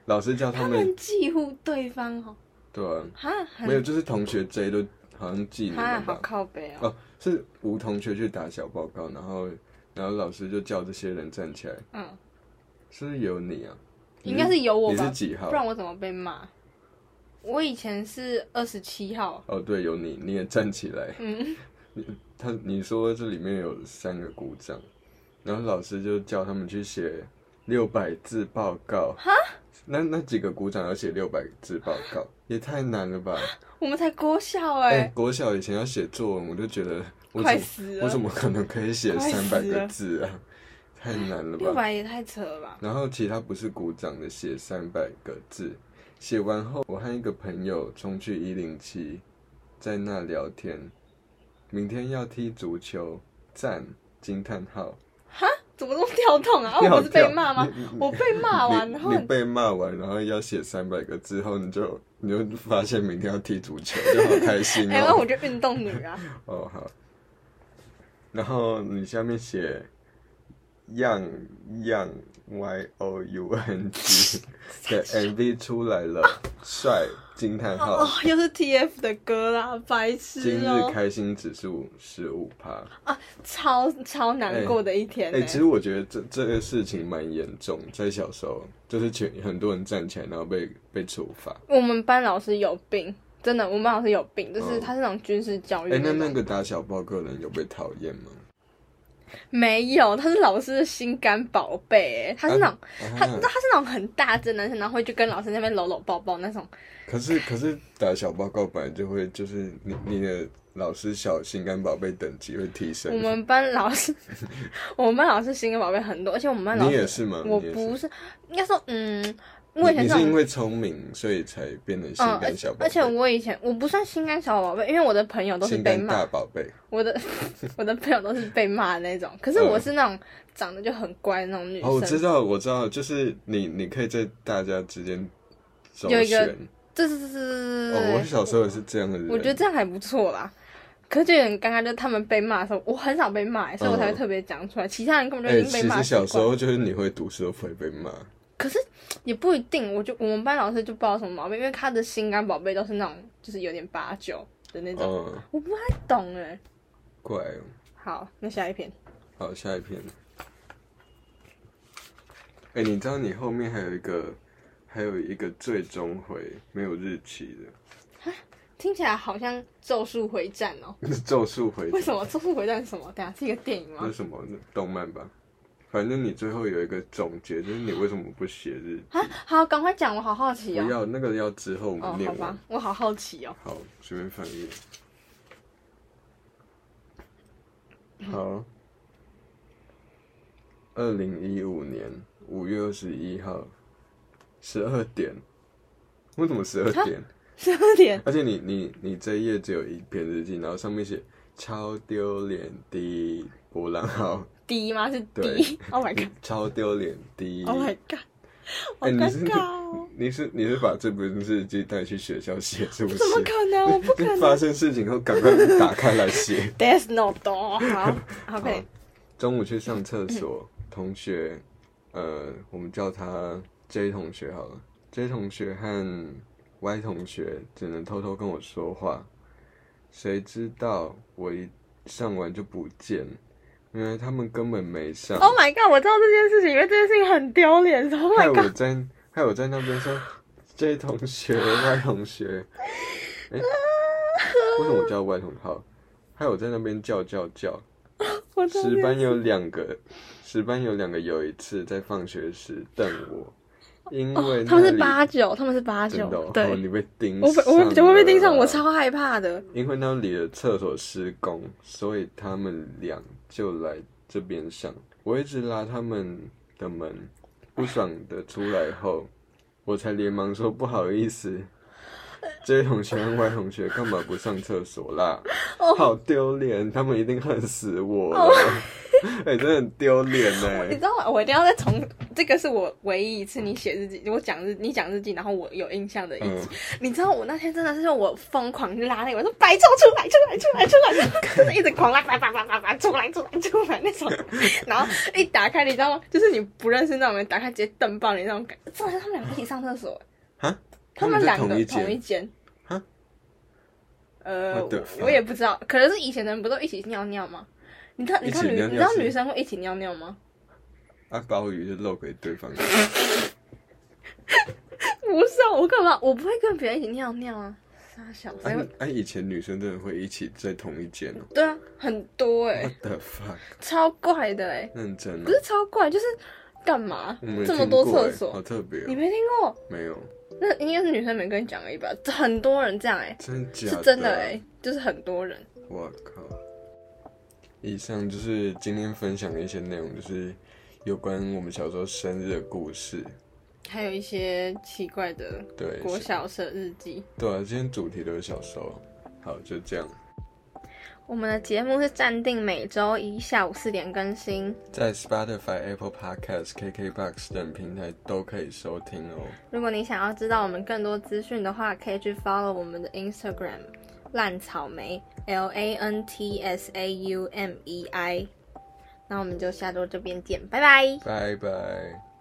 [SPEAKER 3] 老师叫他
[SPEAKER 1] 他
[SPEAKER 3] 们
[SPEAKER 1] 们忌讳对方哦，
[SPEAKER 3] 对啊，
[SPEAKER 1] 哈，
[SPEAKER 3] 没有，
[SPEAKER 1] 很
[SPEAKER 3] 就是同学 J 都好像记你
[SPEAKER 1] 哈，
[SPEAKER 3] 们
[SPEAKER 1] 好
[SPEAKER 3] 吧，
[SPEAKER 1] 靠北哦。
[SPEAKER 3] 哦，是吴同学去打小报告，然后然后老师就叫这些人站起来，
[SPEAKER 1] 嗯，
[SPEAKER 3] 是不是有你啊？
[SPEAKER 1] 应该是有我
[SPEAKER 3] 你是
[SPEAKER 1] 吧，
[SPEAKER 3] 几号
[SPEAKER 1] 不？然我怎么被骂？我以前是二十七号，
[SPEAKER 3] 哦，对，有你，你也站起来。
[SPEAKER 1] 嗯，
[SPEAKER 3] 他你说这里面有三个鼓掌，然后老师就叫他们去写六百字报告。哈？那那几个鼓掌要写六百字报告，也太难了吧？
[SPEAKER 1] 我们才国小
[SPEAKER 3] 哎、
[SPEAKER 1] 哎、
[SPEAKER 3] 国小以前要写作文，我就觉得我
[SPEAKER 1] 快
[SPEAKER 3] 怎
[SPEAKER 1] 死
[SPEAKER 3] 我
[SPEAKER 1] 了
[SPEAKER 3] 怎，么可能可以写
[SPEAKER 1] 快
[SPEAKER 3] 三
[SPEAKER 1] 死
[SPEAKER 3] 百个
[SPEAKER 1] 了
[SPEAKER 3] 字啊？太难了
[SPEAKER 1] 六
[SPEAKER 3] 吧？
[SPEAKER 1] 百也太扯了吧？
[SPEAKER 3] 然后其他不是鼓掌的，写三百个字。写完后，我和一个朋友冲去一零七，在那聊天。明天要踢足球，赞！惊叹号！
[SPEAKER 1] 怎么那么跳动啊？啊
[SPEAKER 3] 你好
[SPEAKER 1] 我不是被
[SPEAKER 3] [laughs] 跳
[SPEAKER 1] 骂吗？我被骂完，然后哎
[SPEAKER 3] 你你被骂完，然后要写三百个字后，你就你就发现明天要踢足球，就好开心
[SPEAKER 1] [laughs] 哎、那
[SPEAKER 3] 哦。
[SPEAKER 1] 我就运动女
[SPEAKER 3] [laughs]
[SPEAKER 1] 啊，
[SPEAKER 3] 哦好，然后你下面写 young young y o u
[SPEAKER 1] [laughs]
[SPEAKER 3] n g 的 MV 出来了，帅惊叹
[SPEAKER 1] 哦
[SPEAKER 3] 号！，
[SPEAKER 1] 又是 TF 的歌啦，白
[SPEAKER 3] 今
[SPEAKER 1] 痴
[SPEAKER 3] 日
[SPEAKER 1] 哦、
[SPEAKER 3] 开心指数十五趴。
[SPEAKER 1] 超超难过的一天、
[SPEAKER 3] 哎、
[SPEAKER 1] 欸
[SPEAKER 3] 其实我觉得这这个事情蛮严重，在小时候就是全很多人站起来然后被被处罚。
[SPEAKER 1] 我们班老师有病，真的，我们班老师有病，就是
[SPEAKER 3] 嗯
[SPEAKER 1] 他是那种军事教
[SPEAKER 3] 哎、
[SPEAKER 1] 育那
[SPEAKER 3] 那
[SPEAKER 1] 种。
[SPEAKER 3] 那个打小报告的人有被讨厌吗？
[SPEAKER 1] 没有，他是老师的心肝宝贝、欸，他是那种、他
[SPEAKER 3] 啊
[SPEAKER 1] 他是那种很大只的男生，然后会去跟老师那边搂搂抱抱那种。
[SPEAKER 3] 可是可是打小报告本来就会，就是你你的老师小心肝宝贝等级会提升。
[SPEAKER 1] 我们班老
[SPEAKER 3] [laughs]
[SPEAKER 1] 师，我们班老师心肝宝贝很多，而且我们班老
[SPEAKER 3] 你
[SPEAKER 1] 师
[SPEAKER 3] 也是吗？
[SPEAKER 1] 我
[SPEAKER 3] 你也
[SPEAKER 1] 不
[SPEAKER 3] 是
[SPEAKER 1] 是，应该说，嗯，我以
[SPEAKER 3] 你
[SPEAKER 1] 前
[SPEAKER 3] 你
[SPEAKER 1] 这
[SPEAKER 3] 是因
[SPEAKER 1] 种。
[SPEAKER 3] 为聪明，所以才变成心
[SPEAKER 1] 嗯，而
[SPEAKER 3] 肝
[SPEAKER 1] 且
[SPEAKER 3] 小宝
[SPEAKER 1] 而
[SPEAKER 3] 贝，
[SPEAKER 1] 且我以前我不算心肝小宝贝，因为我的朋友都是
[SPEAKER 3] 心
[SPEAKER 1] 被
[SPEAKER 3] 肝
[SPEAKER 1] 骂
[SPEAKER 3] 大宝贝。
[SPEAKER 1] 我
[SPEAKER 3] [laughs]
[SPEAKER 1] 的我的朋友都是被骂的那种，可是
[SPEAKER 3] 嗯
[SPEAKER 1] 我是那种长得就很乖的那种女生。
[SPEAKER 3] 哦，我知道，我知道，就是你，你可以在大家之间周
[SPEAKER 1] 有一个
[SPEAKER 3] 旋。
[SPEAKER 1] 这是是
[SPEAKER 3] 哦，我小时候也是这样的人。
[SPEAKER 1] 我觉得这样还不错啦。可是就有点尴尬，就是他们被骂的时候，我很少被骂，欸所以我才会特别讲出来。其他人根本就
[SPEAKER 3] 嗯哎、
[SPEAKER 1] 已经被
[SPEAKER 3] 其
[SPEAKER 1] 骂
[SPEAKER 3] 实
[SPEAKER 1] 习惯
[SPEAKER 3] 小时候就是你会读书都不会被骂。
[SPEAKER 1] 可是也不一定。我就我们班老师就不知道什么毛病，因为他的心肝宝贝都是那种就是有点八九的那种，
[SPEAKER 3] 嗯，
[SPEAKER 1] 我不太懂哎。
[SPEAKER 3] 怪哦。
[SPEAKER 1] 好，那下一篇
[SPEAKER 3] 好，下一篇。哎、你知道你后面还有一个，还有一个最终回没有日期
[SPEAKER 1] 听起来好像《咒术回战》哦。
[SPEAKER 3] 的 [laughs] 咒术回
[SPEAKER 1] 为
[SPEAKER 3] 战，
[SPEAKER 1] 什么《咒术回战》是什么？等一下是一个电影吗
[SPEAKER 3] 那？什么动漫吧？反正你最后有一个总结，就是你为什么不写日记？
[SPEAKER 1] 啊，好，赶快讲，我好好奇
[SPEAKER 3] 不
[SPEAKER 1] 哦。
[SPEAKER 3] 要那个要之后我
[SPEAKER 1] 哦
[SPEAKER 3] 们，
[SPEAKER 1] 好
[SPEAKER 3] 念完
[SPEAKER 1] 吧。，我好好奇哦。
[SPEAKER 3] 好，随便翻译。好，二零一五年五月二十一号十二点，为什么十二点？
[SPEAKER 1] 十二点，
[SPEAKER 3] 而且你你你这一页只有一篇日记，然后上面写超丢脸的波
[SPEAKER 1] [laughs]
[SPEAKER 3] 浪号，
[SPEAKER 1] 低吗？是
[SPEAKER 3] 对
[SPEAKER 1] 低。Oh my god！Oh
[SPEAKER 3] 超丢脸
[SPEAKER 1] [laughs]
[SPEAKER 3] 的。
[SPEAKER 1] Oh my god！好
[SPEAKER 3] 哎你
[SPEAKER 1] 尴
[SPEAKER 3] 是
[SPEAKER 1] 尬哦！
[SPEAKER 3] 你是你是把这本日记带去学校写是不是
[SPEAKER 1] 怎？么可能？我不可
[SPEAKER 3] 发
[SPEAKER 1] 能。
[SPEAKER 3] 生事情后赶快打开来写。
[SPEAKER 1] There's no door。好，OK
[SPEAKER 3] 好。嗯中午去上厕所，
[SPEAKER 1] 嗯
[SPEAKER 3] 同学，呃，我们叫他 J 同学好了。J 同学和 Y 同学只能偷偷跟我说话，谁知道我一上完就不见，原来他们根本没上，
[SPEAKER 1] Oh my god！我知道这件事情，因为这件事情很丢脸。Oh
[SPEAKER 3] 害
[SPEAKER 1] my
[SPEAKER 3] 我
[SPEAKER 1] god！
[SPEAKER 3] 在害我在那边说 J 同学、Y 同学，哎、为什么我叫 Y 同学？好害我在那边叫叫叫。
[SPEAKER 1] 我真
[SPEAKER 3] 十
[SPEAKER 1] 的
[SPEAKER 3] 班有两个，十班有两个有一次在放学时瞪我，因为
[SPEAKER 1] 哦他们是
[SPEAKER 3] 那里
[SPEAKER 1] 八九，他们是八
[SPEAKER 3] 真
[SPEAKER 1] 九
[SPEAKER 3] 的哦，，哦
[SPEAKER 1] 对。
[SPEAKER 3] 你被盯
[SPEAKER 1] 我被
[SPEAKER 3] 上啊
[SPEAKER 1] 我被我被盯上，
[SPEAKER 3] 了
[SPEAKER 1] 我超害怕的。
[SPEAKER 3] 因为那里的厕所施工，所以他们俩就来这边上。我一直拉他们的门，不爽的出来后，我才连忙说不好意思。J 同学和 Y 同学干嘛不上厕所啦？
[SPEAKER 1] 哦
[SPEAKER 3] 好丢脸，他们一定恨死我了。 [laughs] 哎、真的很丢脸
[SPEAKER 1] 你
[SPEAKER 3] 呢。
[SPEAKER 1] 知道哦 [laughs] 吗？我一定要再重，这个是我唯一一次你写日记，我讲日你讲日记，然后我有印象的一
[SPEAKER 3] 嗯
[SPEAKER 1] 集。你知道我那天真的是我疯狂拉那个，我说白昼出来，出来，出来，出来，就是一直狂拉，叭叭叭叭叭，出来，出来，出来那种。然后一打开，你知道吗？就是你不认识那种人，打开直接瞪爆你那种感觉。真的，他们两个一起上厕所，
[SPEAKER 3] 啊，
[SPEAKER 1] 他
[SPEAKER 3] 们
[SPEAKER 1] 们
[SPEAKER 3] 在
[SPEAKER 1] 两个
[SPEAKER 3] 同一
[SPEAKER 1] 同一
[SPEAKER 3] 间，
[SPEAKER 1] 间
[SPEAKER 3] 啊。
[SPEAKER 1] 呃
[SPEAKER 3] What the，fuck？
[SPEAKER 1] 我也不知道，可能是以前的人不都一起尿尿吗？你知道，你看
[SPEAKER 3] 一
[SPEAKER 1] 女，
[SPEAKER 3] 起尿
[SPEAKER 1] 你
[SPEAKER 3] 尿
[SPEAKER 1] 知道
[SPEAKER 3] 是
[SPEAKER 1] 女生会一起尿尿吗？
[SPEAKER 3] 啊，鲍鱼就漏给对方。
[SPEAKER 1] 不是啊，我干嘛？我不会跟别人一起尿尿啊，傻小子。
[SPEAKER 3] 哎、哎、以前女生真的会一起在同一间哦、
[SPEAKER 1] 对啊，很多哎、
[SPEAKER 3] What the fuck，
[SPEAKER 1] 超怪的哎、
[SPEAKER 3] 认真、哦。
[SPEAKER 1] 不是超怪，就是干嘛
[SPEAKER 3] 我没
[SPEAKER 1] 这么
[SPEAKER 3] 听
[SPEAKER 1] 多
[SPEAKER 3] 过
[SPEAKER 1] 厕
[SPEAKER 3] 欸好
[SPEAKER 1] 所？
[SPEAKER 3] 特别、
[SPEAKER 1] 你
[SPEAKER 3] 哦，
[SPEAKER 1] 没听过？
[SPEAKER 3] 没有，
[SPEAKER 1] 那应该是女生没跟你讲而已吧？这很多人这样哎、
[SPEAKER 3] 真假
[SPEAKER 1] 是真的哎、
[SPEAKER 3] 啊
[SPEAKER 1] 就是很多人。
[SPEAKER 3] 我靠！以上就是今天分享的一些内容，就是有关我们小时候生日的故事。
[SPEAKER 1] 还有一些奇怪的
[SPEAKER 3] 对，
[SPEAKER 1] 国小社日记。
[SPEAKER 3] 对啊，今天主题都是小时候。好，就这样，
[SPEAKER 1] 我们的节目是暂定每周一下午四点更新。
[SPEAKER 3] 在 Spotify、Apple Podcasts、KKBox 等平台都可以收听哦。
[SPEAKER 1] 如果你想要知道我们更多资讯的话，可以去 follow 我们的 Instagram 烂草莓 L A N T S A U M E I。那我们就下周这边见，拜拜。
[SPEAKER 3] 拜拜。